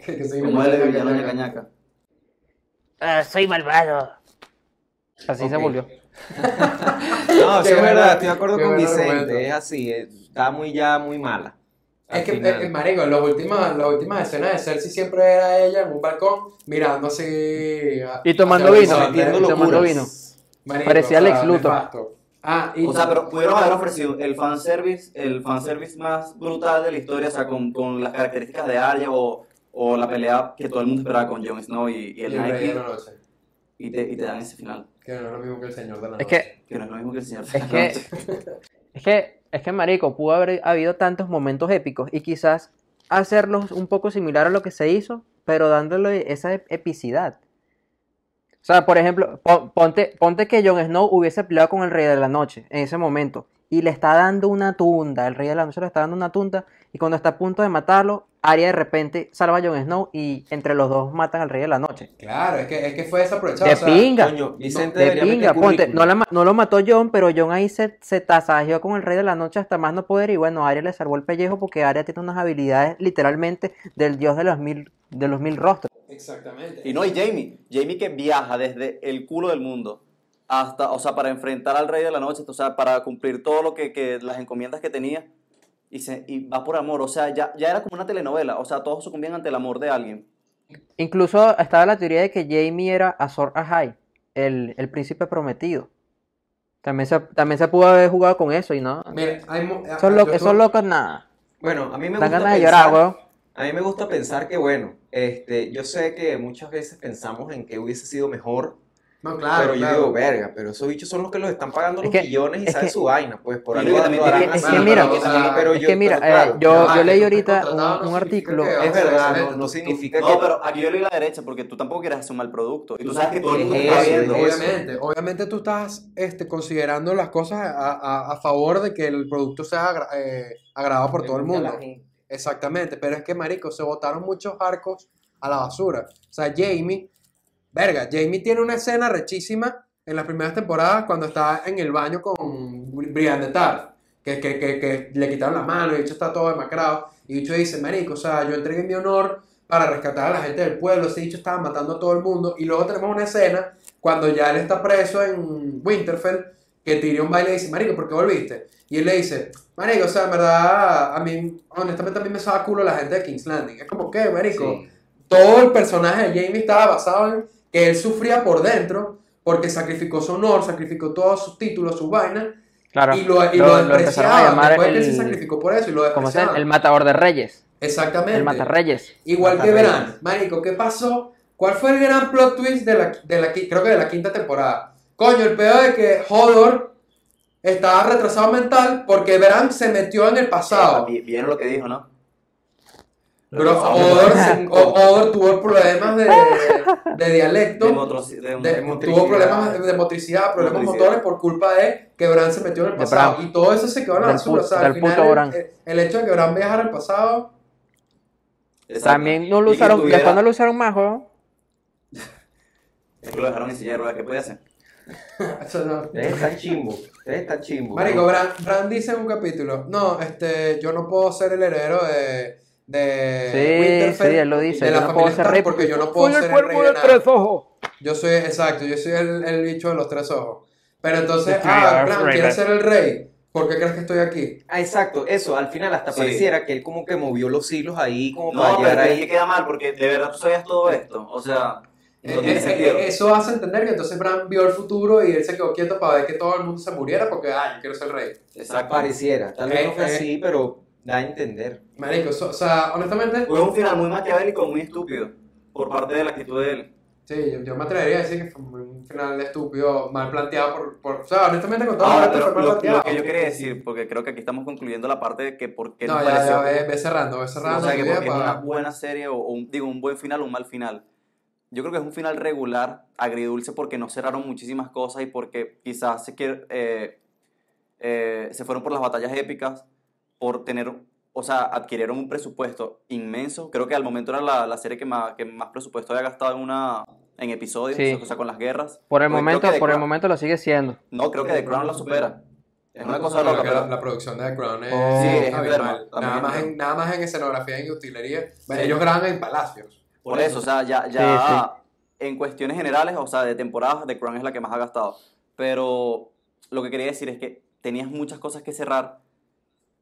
Speaker 2: Que- que se-
Speaker 3: Como él le villano ñaca ñaca.
Speaker 4: soy malvado. Así se
Speaker 2: Ok.
Speaker 4: volvió.
Speaker 1: No, sí
Speaker 2: Qué
Speaker 1: es
Speaker 2: buena-
Speaker 1: verdad, estoy de acuerdo
Speaker 2: qué
Speaker 1: con
Speaker 2: buen argumento.
Speaker 1: Vicente, es así, eh, está muy ya muy mala.
Speaker 2: Es
Speaker 1: Al
Speaker 2: que,
Speaker 1: final.
Speaker 2: es que, marico, las últimas, las últimas escenas de Cersei siempre era ella en un balcón mirando así.
Speaker 4: Y tomando
Speaker 1: Pero
Speaker 4: vino,
Speaker 1: cometiendo
Speaker 4: y tomando
Speaker 1: locuras.
Speaker 4: vino. Parecía Lex
Speaker 2: ex
Speaker 4: Luthor.
Speaker 2: Ah, y
Speaker 3: O sea, pero pudieron haber ofrecido el fanservice, el fanservice más brutal de la historia, o sea, con, con las características de Arya o, o la pelea que todo el mundo esperaba con Jon Snow y, y
Speaker 2: Y
Speaker 3: el
Speaker 2: el
Speaker 3: Night
Speaker 2: Rey de
Speaker 3: King,
Speaker 2: la Noche,
Speaker 3: y te, y te dan ese final,
Speaker 2: que no es lo mismo que el Señor de la
Speaker 4: Es
Speaker 2: Noche.
Speaker 4: que,
Speaker 3: que no es lo mismo que el Señor de
Speaker 4: es
Speaker 3: la
Speaker 4: que,
Speaker 3: Noche.
Speaker 4: es que, es que, marico, pudo haber habido tantos momentos épicos y quizás hacerlos un poco similar a lo que se hizo, pero dándole esa ep- epicidad. O sea, por ejemplo, pon- ponte, ponte que Jon Snow hubiese peleado con el Rey de la Noche en ese momento y le está dando una tunda, el Rey de la Noche le está dando una tunda y cuando está a punto de matarlo, Arya de repente salva a Jon Snow y entre los dos matan al Rey de la Noche.
Speaker 2: Claro, es que, es que fue desaprovechado.
Speaker 4: De
Speaker 2: o sea,
Speaker 4: pinga.
Speaker 1: Coño, Vicente
Speaker 4: De
Speaker 1: debería meter
Speaker 4: pinga, ponte,
Speaker 1: currículum.
Speaker 4: no, la ma- no lo mató John, pero John ahí se, se tasajeó con el rey de la noche hasta más no poder y bueno, Arya le salvó el pellejo porque Arya tiene unas habilidades literalmente del dios de los mil, de los mil rostros.
Speaker 2: Exactamente.
Speaker 3: Y no, y Jamie, Jamie que viaja desde el culo del mundo hasta, o sea, para enfrentar al Rey de la Noche, o sea, para cumplir todo lo que, que- las encomiendas que tenía y, se, y va por amor, o sea, ya, ya era como una telenovela, o sea, todos sucumbían ante el amor de alguien.
Speaker 4: Incluso estaba la teoría de que Jamie era Azor Ahai, el, el príncipe prometido. También se, también se pudo haber jugado con eso y no.
Speaker 2: Mira, hay mu- ah,
Speaker 4: Esos,
Speaker 2: yo
Speaker 4: lo-
Speaker 2: estuve-
Speaker 4: esos locos nada.
Speaker 1: Bueno, a mí me
Speaker 4: Dan
Speaker 1: gusta
Speaker 4: ganas de llorar,
Speaker 1: pensar-
Speaker 4: weón.
Speaker 1: A mí me gusta pensar que, bueno, este, yo sé que muchas veces pensamos en que hubiese sido mejor,
Speaker 2: No, claro,
Speaker 1: pero yo
Speaker 2: claro.
Speaker 1: digo, verga, pero esos bichos son los que los están pagando
Speaker 4: Es
Speaker 1: los
Speaker 4: que-
Speaker 1: millones y
Speaker 4: es
Speaker 1: saben
Speaker 4: que-
Speaker 1: su vaina, pues por
Speaker 3: Yo
Speaker 1: algo
Speaker 3: creo que también
Speaker 1: lo
Speaker 4: tiene-
Speaker 1: harán
Speaker 4: es que
Speaker 1: así,
Speaker 4: mira,
Speaker 1: pero-
Speaker 4: o
Speaker 2: sea,
Speaker 1: pero
Speaker 4: es
Speaker 1: yo-
Speaker 4: que mira,
Speaker 1: pero claro,
Speaker 4: eh, yo,
Speaker 2: Ah,
Speaker 4: yo
Speaker 2: que
Speaker 4: leí
Speaker 2: tú estés
Speaker 4: ahorita un,
Speaker 2: contratado
Speaker 4: un
Speaker 2: no significa
Speaker 4: artículo.
Speaker 2: que vas
Speaker 1: es
Speaker 2: a ser
Speaker 1: verdad,
Speaker 2: excelente,
Speaker 1: no, no
Speaker 2: tú-
Speaker 1: significa
Speaker 3: No,
Speaker 1: que...
Speaker 3: pero aquí yo leí la derecha porque tú tampoco quieres hacer un mal producto y tú sabes que todo el mundo
Speaker 1: Es
Speaker 3: está
Speaker 1: eso,
Speaker 3: viendo.
Speaker 1: es eso.
Speaker 2: Obviamente, obviamente tú estás este, considerando las cosas a, a- a favor de que el producto sea agra- eh, agradado por todo el mundo. Exactamente, pero es que, marico, se botaron muchos arcos a la basura. O sea, Jamie, verga, Jamie tiene una escena rechísima en las primeras temporadas cuando está en el baño con Bri- Brian de Tarth, que, que, que, que le quitaron las manos y hecho está todo demacrado. Y dicho dice, marico, o sea, yo entregué mi honor para rescatar a la gente del pueblo, ese dicho estaba matando a todo el mundo. Y luego tenemos una escena cuando ya él está preso en Winterfell, que Tyrion va y le dice, marico, ¿por qué volviste? Y él le dice, marico, o sea, en verdad, a mí, honestamente, a mí me saca culo la gente de King's Landing. Es como, ¿qué, marico?
Speaker 1: Sí.
Speaker 2: Todo el personaje de Jamie estaba basado en que él sufría por dentro, porque sacrificó su honor, sacrificó todos sus títulos, sus vainas,
Speaker 4: Claro,
Speaker 2: y lo, y lo,
Speaker 4: lo- lo empezaron a
Speaker 2: despreciaban.
Speaker 4: llamar
Speaker 2: Después que él se
Speaker 4: el-
Speaker 2: sacrificó por eso y lo
Speaker 4: como sea,
Speaker 2: despreciaban.
Speaker 4: el matador de reyes,
Speaker 2: Exactamente.
Speaker 4: el matarreyes.
Speaker 2: Igual
Speaker 1: Mata
Speaker 2: que
Speaker 1: Reyes.
Speaker 2: Bran. Marico, ¿qué pasó? ¿Cuál fue el gran plot twist de la, de la qui- creo que de la quinta temporada? Coño, el peor de que Hodor estaba retrasado mental porque Bran se metió en el pasado.
Speaker 3: Vi- Vieron lo que dijo, ¿no?
Speaker 2: Bro, Hodor, se- o- Hodor tuvo problemas de, de dialecto,
Speaker 3: De motros- de un-
Speaker 2: de-
Speaker 1: motricidad.
Speaker 2: tuvo problemas de motricidad, problemas
Speaker 3: Motricidad.
Speaker 2: motores por culpa de que Bran se metió en el
Speaker 4: De
Speaker 2: pasado.
Speaker 4: Bran.
Speaker 2: Y todo eso se quedó en la
Speaker 4: Del
Speaker 2: basura.
Speaker 4: pu-
Speaker 2: O sea, al
Speaker 4: del
Speaker 2: final,
Speaker 4: puto
Speaker 2: el-
Speaker 4: Bran.
Speaker 2: el- el hecho de que Bran viajara al pasado
Speaker 3: Exacto.
Speaker 4: También no
Speaker 3: Y
Speaker 4: lo
Speaker 3: que
Speaker 4: usaron,
Speaker 3: tuviera-
Speaker 4: después no lo usaron más, weón.
Speaker 3: Es que lo dejaron enseñar, ¿verdad? ¿Qué puede hacer?
Speaker 2: eso no-
Speaker 1: Ustedes están chimbo, ustedes están chimbo.
Speaker 2: Marico,
Speaker 1: ¿no?
Speaker 2: Bran, Bran dice en un capítulo, no, este, yo no puedo ser el heredero de, de
Speaker 4: Sí, sí,
Speaker 2: Winterfell,
Speaker 4: él lo dice.
Speaker 2: de
Speaker 4: Yo
Speaker 2: la
Speaker 4: no puedo
Speaker 2: familia
Speaker 4: ser
Speaker 2: Stark,
Speaker 4: rey
Speaker 2: porque yo no puedo ser el rey de nada.
Speaker 4: ojos.
Speaker 2: Yo soy, exacto, yo soy el, el bicho de los tres ojos. Pero entonces,
Speaker 4: The Three
Speaker 2: ah,
Speaker 4: Eyed
Speaker 2: Bran,
Speaker 4: Raven.
Speaker 2: ¿quieres ser el rey? ¿Por qué crees que estoy aquí?
Speaker 1: Ah, exacto, eso, al final hasta
Speaker 3: Sí.
Speaker 1: pareciera que él como que movió los hilos ahí, como para
Speaker 3: No,
Speaker 1: llegar
Speaker 3: pero ahí
Speaker 1: ahí.
Speaker 3: te queda mal porque de verdad tú sabías todo esto. O sea, no
Speaker 2: Eh,
Speaker 3: tiene
Speaker 2: eh,
Speaker 3: sentido.
Speaker 2: eh, eso hace entender que entonces Bran vio el futuro y él se quedó quieto para ver que todo el mundo se muriera porque, ah, yo quiero ser rey.
Speaker 3: Exacto.
Speaker 1: Pareciera, tal vez no fue
Speaker 2: Eh, eh.
Speaker 1: así, pero da a entender.
Speaker 2: Marico, eso- o sea, honestamente,
Speaker 3: Fue un final muy maquiavélico, muy estúpido por parte de la actitud de él.
Speaker 2: Sí, yo, yo me atrevería a decir que fue un final estúpido, mal planteado por, por o sea, honestamente con todo
Speaker 3: Ahora,
Speaker 2: respeto,
Speaker 3: pero
Speaker 2: fue
Speaker 3: lo,
Speaker 2: mal
Speaker 3: lo
Speaker 2: planteado.
Speaker 3: que yo quería decir, porque creo que aquí estamos concluyendo la parte de que por qué
Speaker 2: no,
Speaker 3: nos
Speaker 2: ya,
Speaker 3: pareció.
Speaker 2: ya, ve, ve cerrando, ve cerrando.
Speaker 3: o sea,
Speaker 2: tu
Speaker 3: que
Speaker 2: idea
Speaker 3: porque es
Speaker 2: para-
Speaker 3: una buena serie o, o un, digo, un buen final o un mal final. Yo creo que es un final regular, agridulce, porque no cerraron muchísimas cosas y porque quizás se, quier- eh, eh, se fueron por las batallas épicas, por tener, o sea, adquirieron un presupuesto inmenso. Creo que al momento era la, la serie que más, que más presupuesto había gastado en, una, en episodios,
Speaker 4: Sí.
Speaker 3: o sea, con las guerras.
Speaker 4: Por
Speaker 3: Porque
Speaker 4: el
Speaker 3: creo
Speaker 4: momento,
Speaker 3: que The
Speaker 4: por el
Speaker 3: Crown-
Speaker 4: momento lo sigue siendo.
Speaker 3: No, creo que The Crown la supera. Es una cosa
Speaker 2: Pero
Speaker 3: loca,
Speaker 2: que
Speaker 3: pero...
Speaker 2: la, la producción de The Crown es,
Speaker 4: Oh. Sí,
Speaker 3: es
Speaker 2: abismal.
Speaker 3: enferma,
Speaker 2: nada,
Speaker 3: también
Speaker 2: más
Speaker 3: es
Speaker 2: en, nada más en escenografía y en utilería. Bueno, Ellos graban en palacios.
Speaker 3: Por eso, o sea, ya, ya en cuestiones generales, o sea, de temporadas, The Crown es la que más ha gastado. Pero lo que quería decir es que tenías muchas cosas que cerrar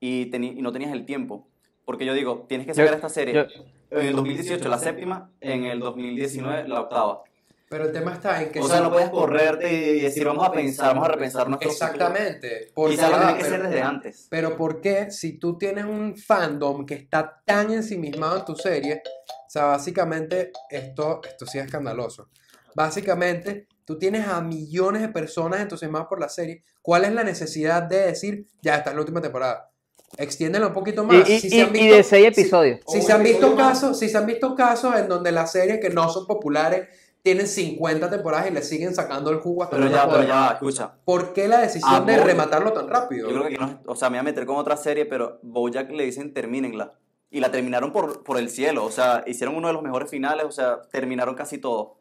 Speaker 3: y, teni- y no tenías el tiempo. Porque yo digo, tienes que
Speaker 4: Yo-
Speaker 3: sacar esta serie
Speaker 4: yo-
Speaker 3: en el 2018 la séptima, en el 2019 la octava.
Speaker 2: Pero el tema está en que...
Speaker 3: O sea, no
Speaker 2: son-
Speaker 3: puedes correrte y decir, vamos a pensar, vamos a repensar nuestro ciclo.
Speaker 2: Exactamente. porque-
Speaker 3: Quizás lo
Speaker 2: ah,
Speaker 3: tiene que
Speaker 2: pero-
Speaker 3: ser desde antes.
Speaker 2: Pero ¿por qué si tú tienes un fandom que está tan ensimismado en tu serie? O sea, básicamente, esto, esto sí es escandaloso. Básicamente, tú tienes a millones de personas entusiasmadas por la serie. ¿Cuál es la necesidad de decir, ya está es la última temporada? Extiéndela un poquito
Speaker 4: Y,
Speaker 2: más.
Speaker 4: y-
Speaker 2: Si se han
Speaker 4: y- y
Speaker 2: visto-
Speaker 4: de seis
Speaker 2: si-
Speaker 4: episodios.
Speaker 2: si
Speaker 1: O
Speaker 2: se
Speaker 1: un
Speaker 2: han visto
Speaker 1: episodio más.
Speaker 2: casos, si se han visto casos en donde las series que no son populares tienen 50 temporadas y le siguen sacando el jugo hasta
Speaker 3: Pero
Speaker 2: no
Speaker 3: ya,
Speaker 2: poder.
Speaker 3: pero ya, va, escucha.
Speaker 2: ¿Por qué la decisión
Speaker 3: Ah,
Speaker 2: de
Speaker 3: voy.
Speaker 2: rematarlo tan
Speaker 3: Yo
Speaker 2: rápido?
Speaker 3: creo que aquí no, o sea, me voy a meter con otra serie, pero Bojack le dicen termínenla. Y la terminaron por, por el cielo, o sea, hicieron uno de los mejores finales, o sea, terminaron casi todo.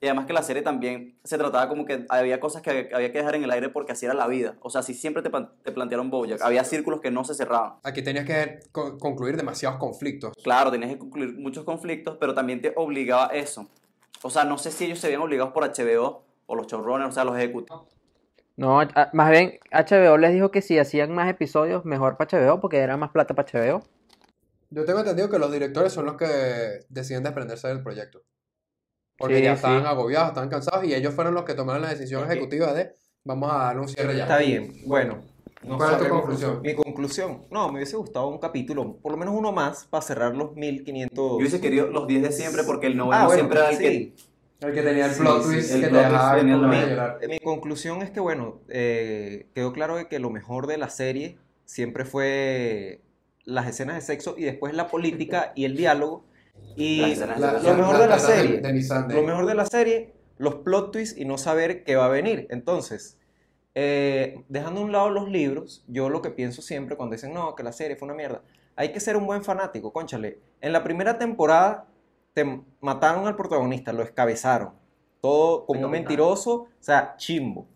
Speaker 3: Y además que la serie también se trataba como que había cosas que había que dejar en el aire porque así era la vida. O sea, si siempre te, pan- te plantearon Bojack, había círculos que no se cerraban.
Speaker 2: Aquí tenías que con- concluir demasiados conflictos.
Speaker 3: Claro, tenías que concluir muchos conflictos, pero también te obligaba a eso. O sea, no sé si ellos se veían obligados por HBO o los showrunners, o sea, los ejecutivos.
Speaker 4: No, a- más bien HBO les dijo que si hacían más episodios, mejor para HBO, porque era más plata para HBO.
Speaker 2: Yo tengo entendido que los directores son los que deciden desprenderse del proyecto. Porque
Speaker 4: Sí,
Speaker 2: ya
Speaker 4: sí.
Speaker 2: estaban agobiados, estaban cansados y ellos fueron los que tomaron la decisión
Speaker 1: Es que-
Speaker 2: ejecutiva de vamos a dar un cierre ya.
Speaker 1: Está bien, bueno. no
Speaker 2: ¿Cuál es tu
Speaker 1: sabré mi
Speaker 2: conclusión?
Speaker 1: Mi conclusión, no, me hubiese gustado un capítulo, por lo menos uno más, para cerrar los
Speaker 3: Yo
Speaker 1: 1500.
Speaker 3: hubiese querido los 10 de siempre porque el noveno
Speaker 1: Ah, bueno,
Speaker 3: siempre era el que
Speaker 1: sí.
Speaker 2: El que tenía el
Speaker 1: Sí,
Speaker 2: plot
Speaker 1: sí,
Speaker 2: twist
Speaker 3: el
Speaker 2: que te
Speaker 3: plot twist
Speaker 2: dejaba
Speaker 3: tenía
Speaker 2: con
Speaker 3: la-
Speaker 2: ganas de llorar.
Speaker 1: Mi conclusión es que, bueno, eh, quedó claro de que lo mejor de la serie siempre fue las escenas de sexo y después la política y el diálogo.
Speaker 3: Las
Speaker 1: Y
Speaker 3: escenas
Speaker 2: La-
Speaker 1: lo
Speaker 2: la-
Speaker 1: mejor
Speaker 2: la
Speaker 1: de la
Speaker 2: tata de-
Speaker 1: serie,
Speaker 2: de Miss Sunday.
Speaker 1: lo mejor de la serie, los plot twists y no saber qué va a venir. Entonces, eh, dejando a un lado los libros, yo lo que pienso siempre cuando dicen, no, que la serie fue una mierda, hay que ser un buen fanático, conchale. En la primera temporada te mataron al protagonista, lo escabezaron. Todo como un mentiroso, o sea, chimbo.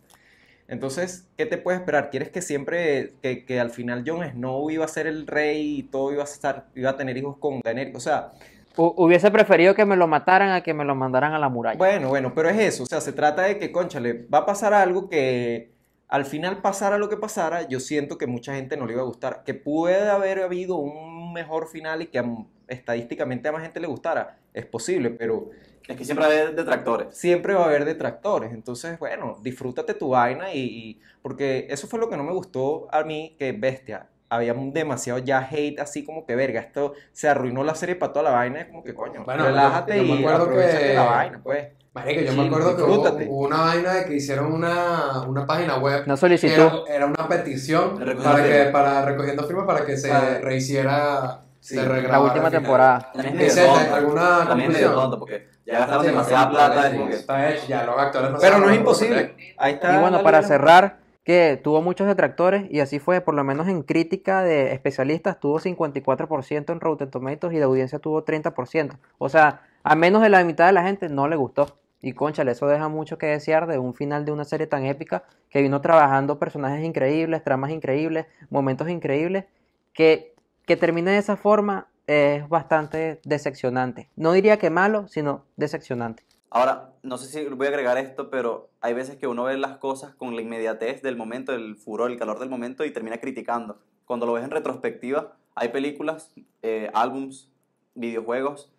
Speaker 1: Entonces, ¿qué te puedes esperar? ¿Quieres que siempre, que, que al final Jon Snow iba a ser el rey y todo iba a estar, iba a tener hijos con Daenerys? O sea,
Speaker 4: Hu- hubiese preferido que me lo mataran a que me lo mandaran a la muralla.
Speaker 1: bueno, bueno, pero es eso, o sea, se trata de que, conchale, va a pasar algo que al final pasara lo que pasara, yo siento que mucha gente no le iba a gustar, que puede haber habido un mejor final y que a m- estadísticamente a más gente le gustara, es posible, pero
Speaker 3: Es que siempre hay detractores.
Speaker 1: siempre va a haber detractores, entonces, bueno, disfrútate tu vaina y, y- porque eso fue lo que no me gustó a mí, que bestia, había un demasiado ya hate, así como que verga, esto se arruinó la serie para toda la vaina, es como que coño,
Speaker 2: Bueno, yo-
Speaker 1: relájate
Speaker 2: yo me
Speaker 1: y
Speaker 2: acuerdo que-
Speaker 1: aprovéchate la vaina, pues.
Speaker 2: Marico, yo
Speaker 1: Sí,
Speaker 2: me acuerdo que hubo,
Speaker 1: disfrútate.
Speaker 2: hubo una vaina de que hicieron una, una página web.
Speaker 4: Una
Speaker 2: que
Speaker 4: solicitud.
Speaker 2: Era, era una petición
Speaker 3: Recogiendo
Speaker 2: para que,
Speaker 3: firmas.
Speaker 2: para recogiendo firmas para que se
Speaker 1: Ah.
Speaker 2: rehiciera,
Speaker 1: Sí,
Speaker 2: se
Speaker 1: la
Speaker 4: la
Speaker 2: regrabara
Speaker 4: última
Speaker 2: al final.
Speaker 4: temporada.
Speaker 3: También es medio
Speaker 2: Vicente,
Speaker 3: tonto.
Speaker 2: ¿alguna
Speaker 3: También es medio
Speaker 2: conclusión?
Speaker 3: tonto porque ya gastaron
Speaker 2: Sí,
Speaker 3: demasiada
Speaker 2: sí,
Speaker 3: plata.
Speaker 2: sí,
Speaker 3: es como que-
Speaker 2: Está hecho, ya los actores no
Speaker 1: Pero
Speaker 2: saben
Speaker 1: no es
Speaker 2: cómo hacer.
Speaker 1: imposible. Ahí está.
Speaker 4: Y bueno,
Speaker 1: dale,
Speaker 4: para
Speaker 1: dale.
Speaker 4: cerrar, que tuvo muchos detractores y así fue, por lo menos en crítica de especialistas tuvo 54% en Rotten Tomatoes y de audiencia tuvo 30%. O sea, a menos de la mitad de la gente no le gustó. Y cónchale, eso deja mucho que desear de un final de una serie tan épica que vino trabajando personajes increíbles, tramas increíbles, momentos increíbles, que, que termine de esa forma es bastante decepcionante. No diría que malo, sino decepcionante.
Speaker 3: Ahora, no sé si voy a agregar esto, pero hay veces que uno ve las cosas con la inmediatez del momento, el furor, el calor del momento y termina criticando. Cuando lo ves en retrospectiva, hay películas, eh, álbums, videojuegos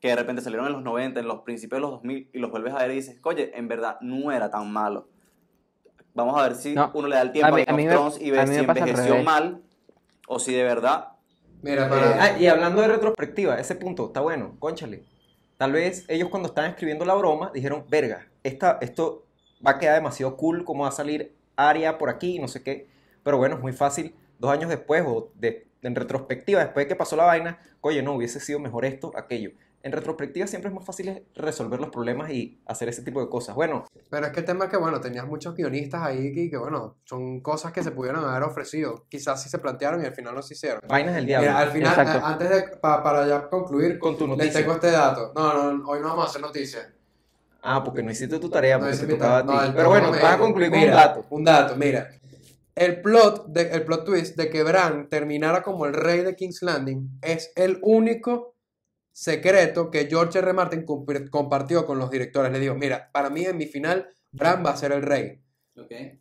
Speaker 3: que de repente salieron en los 90, en los principios de los 2000 y los vuelves a ver y dices, oye, en verdad no era tan malo. Vamos a ver si
Speaker 4: No,
Speaker 3: uno le da el tiempo a,
Speaker 4: mí-
Speaker 3: Game
Speaker 4: a
Speaker 3: of
Speaker 4: mí me-
Speaker 3: Thrones y
Speaker 4: a
Speaker 3: ve
Speaker 4: mí
Speaker 3: si
Speaker 4: me pasa al
Speaker 3: envejeció
Speaker 4: revés.
Speaker 3: mal o si de verdad
Speaker 2: Mira,
Speaker 1: Eh,
Speaker 2: para...
Speaker 1: ah, y hablando de retrospectiva, ese punto está bueno, conchale. Tal vez ellos cuando estaban escribiendo la broma dijeron, verga, esta, esto va a quedar demasiado cool, cómo va a salir Aria por aquí y no sé qué. Pero bueno, es muy fácil. Dos años después o de, en retrospectiva, después de que pasó la vaina, oye, no, hubiese sido mejor esto, aquello. En retrospectiva siempre es más fácil resolver los problemas y hacer ese tipo de cosas. Bueno,
Speaker 2: Pero es que el tema es que, bueno, tenías muchos guionistas ahí que, que, bueno, son cosas que se pudieron haber ofrecido. Quizás sí se plantearon y al final no se hicieron.
Speaker 1: vainas del diablo.
Speaker 2: Mira, al final,
Speaker 4: Exacto.
Speaker 2: a- antes de, pa- para ya concluir,
Speaker 1: Con tu
Speaker 2: les
Speaker 1: noticia.
Speaker 2: tengo este dato. No, no, hoy no vamos a hacer noticias.
Speaker 1: Ah, porque no hiciste tu tarea,
Speaker 2: No
Speaker 1: porque
Speaker 2: hice
Speaker 1: te
Speaker 2: mi
Speaker 1: tocaba a
Speaker 2: tarea.
Speaker 1: ti.
Speaker 2: No, el-
Speaker 1: Pero bueno,
Speaker 2: no,
Speaker 1: vas a
Speaker 2: me-
Speaker 1: concluir con
Speaker 2: mira,
Speaker 1: un dato.
Speaker 2: Un dato, mira. El plot, de, el plot twist de que Bran terminara como el rey de King's Landing es el único secreto que George R. R. Martin compir- compartió con los directores. Le digo, mira, para mí en mi final, Bran va a ser el rey.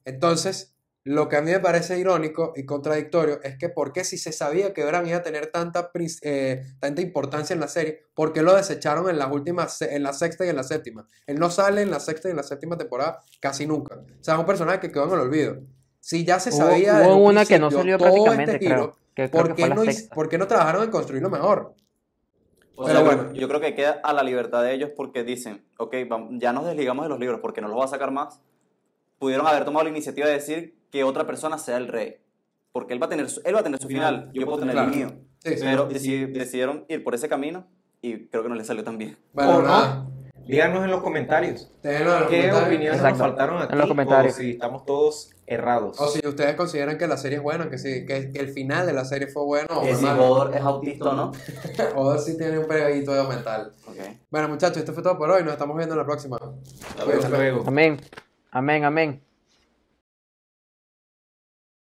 Speaker 2: Entonces, lo que a mí me parece irónico y contradictorio es que por qué si se sabía que Bran iba a tener tanta, prin- eh, tanta importancia en la serie, ¿por qué lo desecharon en las últimas, se- en la sexta y en la séptima? Él no sale en la sexta y en la séptima temporada casi nunca. O sea, es un personaje que quedó en el olvido. Si ya se
Speaker 4: Hubo,
Speaker 2: sabía
Speaker 4: hubo
Speaker 2: desde un
Speaker 4: una que no
Speaker 2: principio
Speaker 4: salió
Speaker 2: todo este
Speaker 4: prácticamente,
Speaker 2: giro,
Speaker 4: creo. Que creo
Speaker 2: ¿por
Speaker 4: que
Speaker 2: qué
Speaker 4: fue la
Speaker 2: no hic-
Speaker 4: sexta.
Speaker 2: ¿por qué no trabajaron en construirlo mejor?
Speaker 3: O
Speaker 2: Pero
Speaker 3: sea, yo-
Speaker 2: bueno.
Speaker 3: yo creo que queda a la libertad de ellos porque dicen, ok, vam- ya nos desligamos de los libros porque no los va a sacar más. Pudieron haber tomado la iniciativa de decir que otra persona sea el rey. Porque él va a tener su, él va a tener su final, yo puedo tener
Speaker 2: Claro.
Speaker 3: el mío.
Speaker 2: Sí, sí.
Speaker 3: Pero deci- decidieron ir por ese camino y creo que no les salió tan bien.
Speaker 2: Bueno,
Speaker 1: ¿O no?
Speaker 2: nada.
Speaker 1: Díganos en los comentarios
Speaker 2: Déjenlo en los
Speaker 1: qué
Speaker 2: comentarios.
Speaker 1: opiniones nos
Speaker 4: Exacto.
Speaker 1: faltaron aquí
Speaker 4: En los comentarios.
Speaker 1: o si estamos todos errados.
Speaker 2: O si ustedes consideran que la serie es buena, que, si, que que el final de la serie fue bueno o
Speaker 3: Que
Speaker 2: fue
Speaker 3: si
Speaker 2: malo.
Speaker 3: Godor es autista o no.
Speaker 2: O si tiene un pegadito de mental.
Speaker 3: Ok.
Speaker 2: Bueno, muchachos, esto fue todo por hoy. Nos estamos viendo en la próxima.
Speaker 1: Hasta luego.
Speaker 4: Amén. Amén, amén.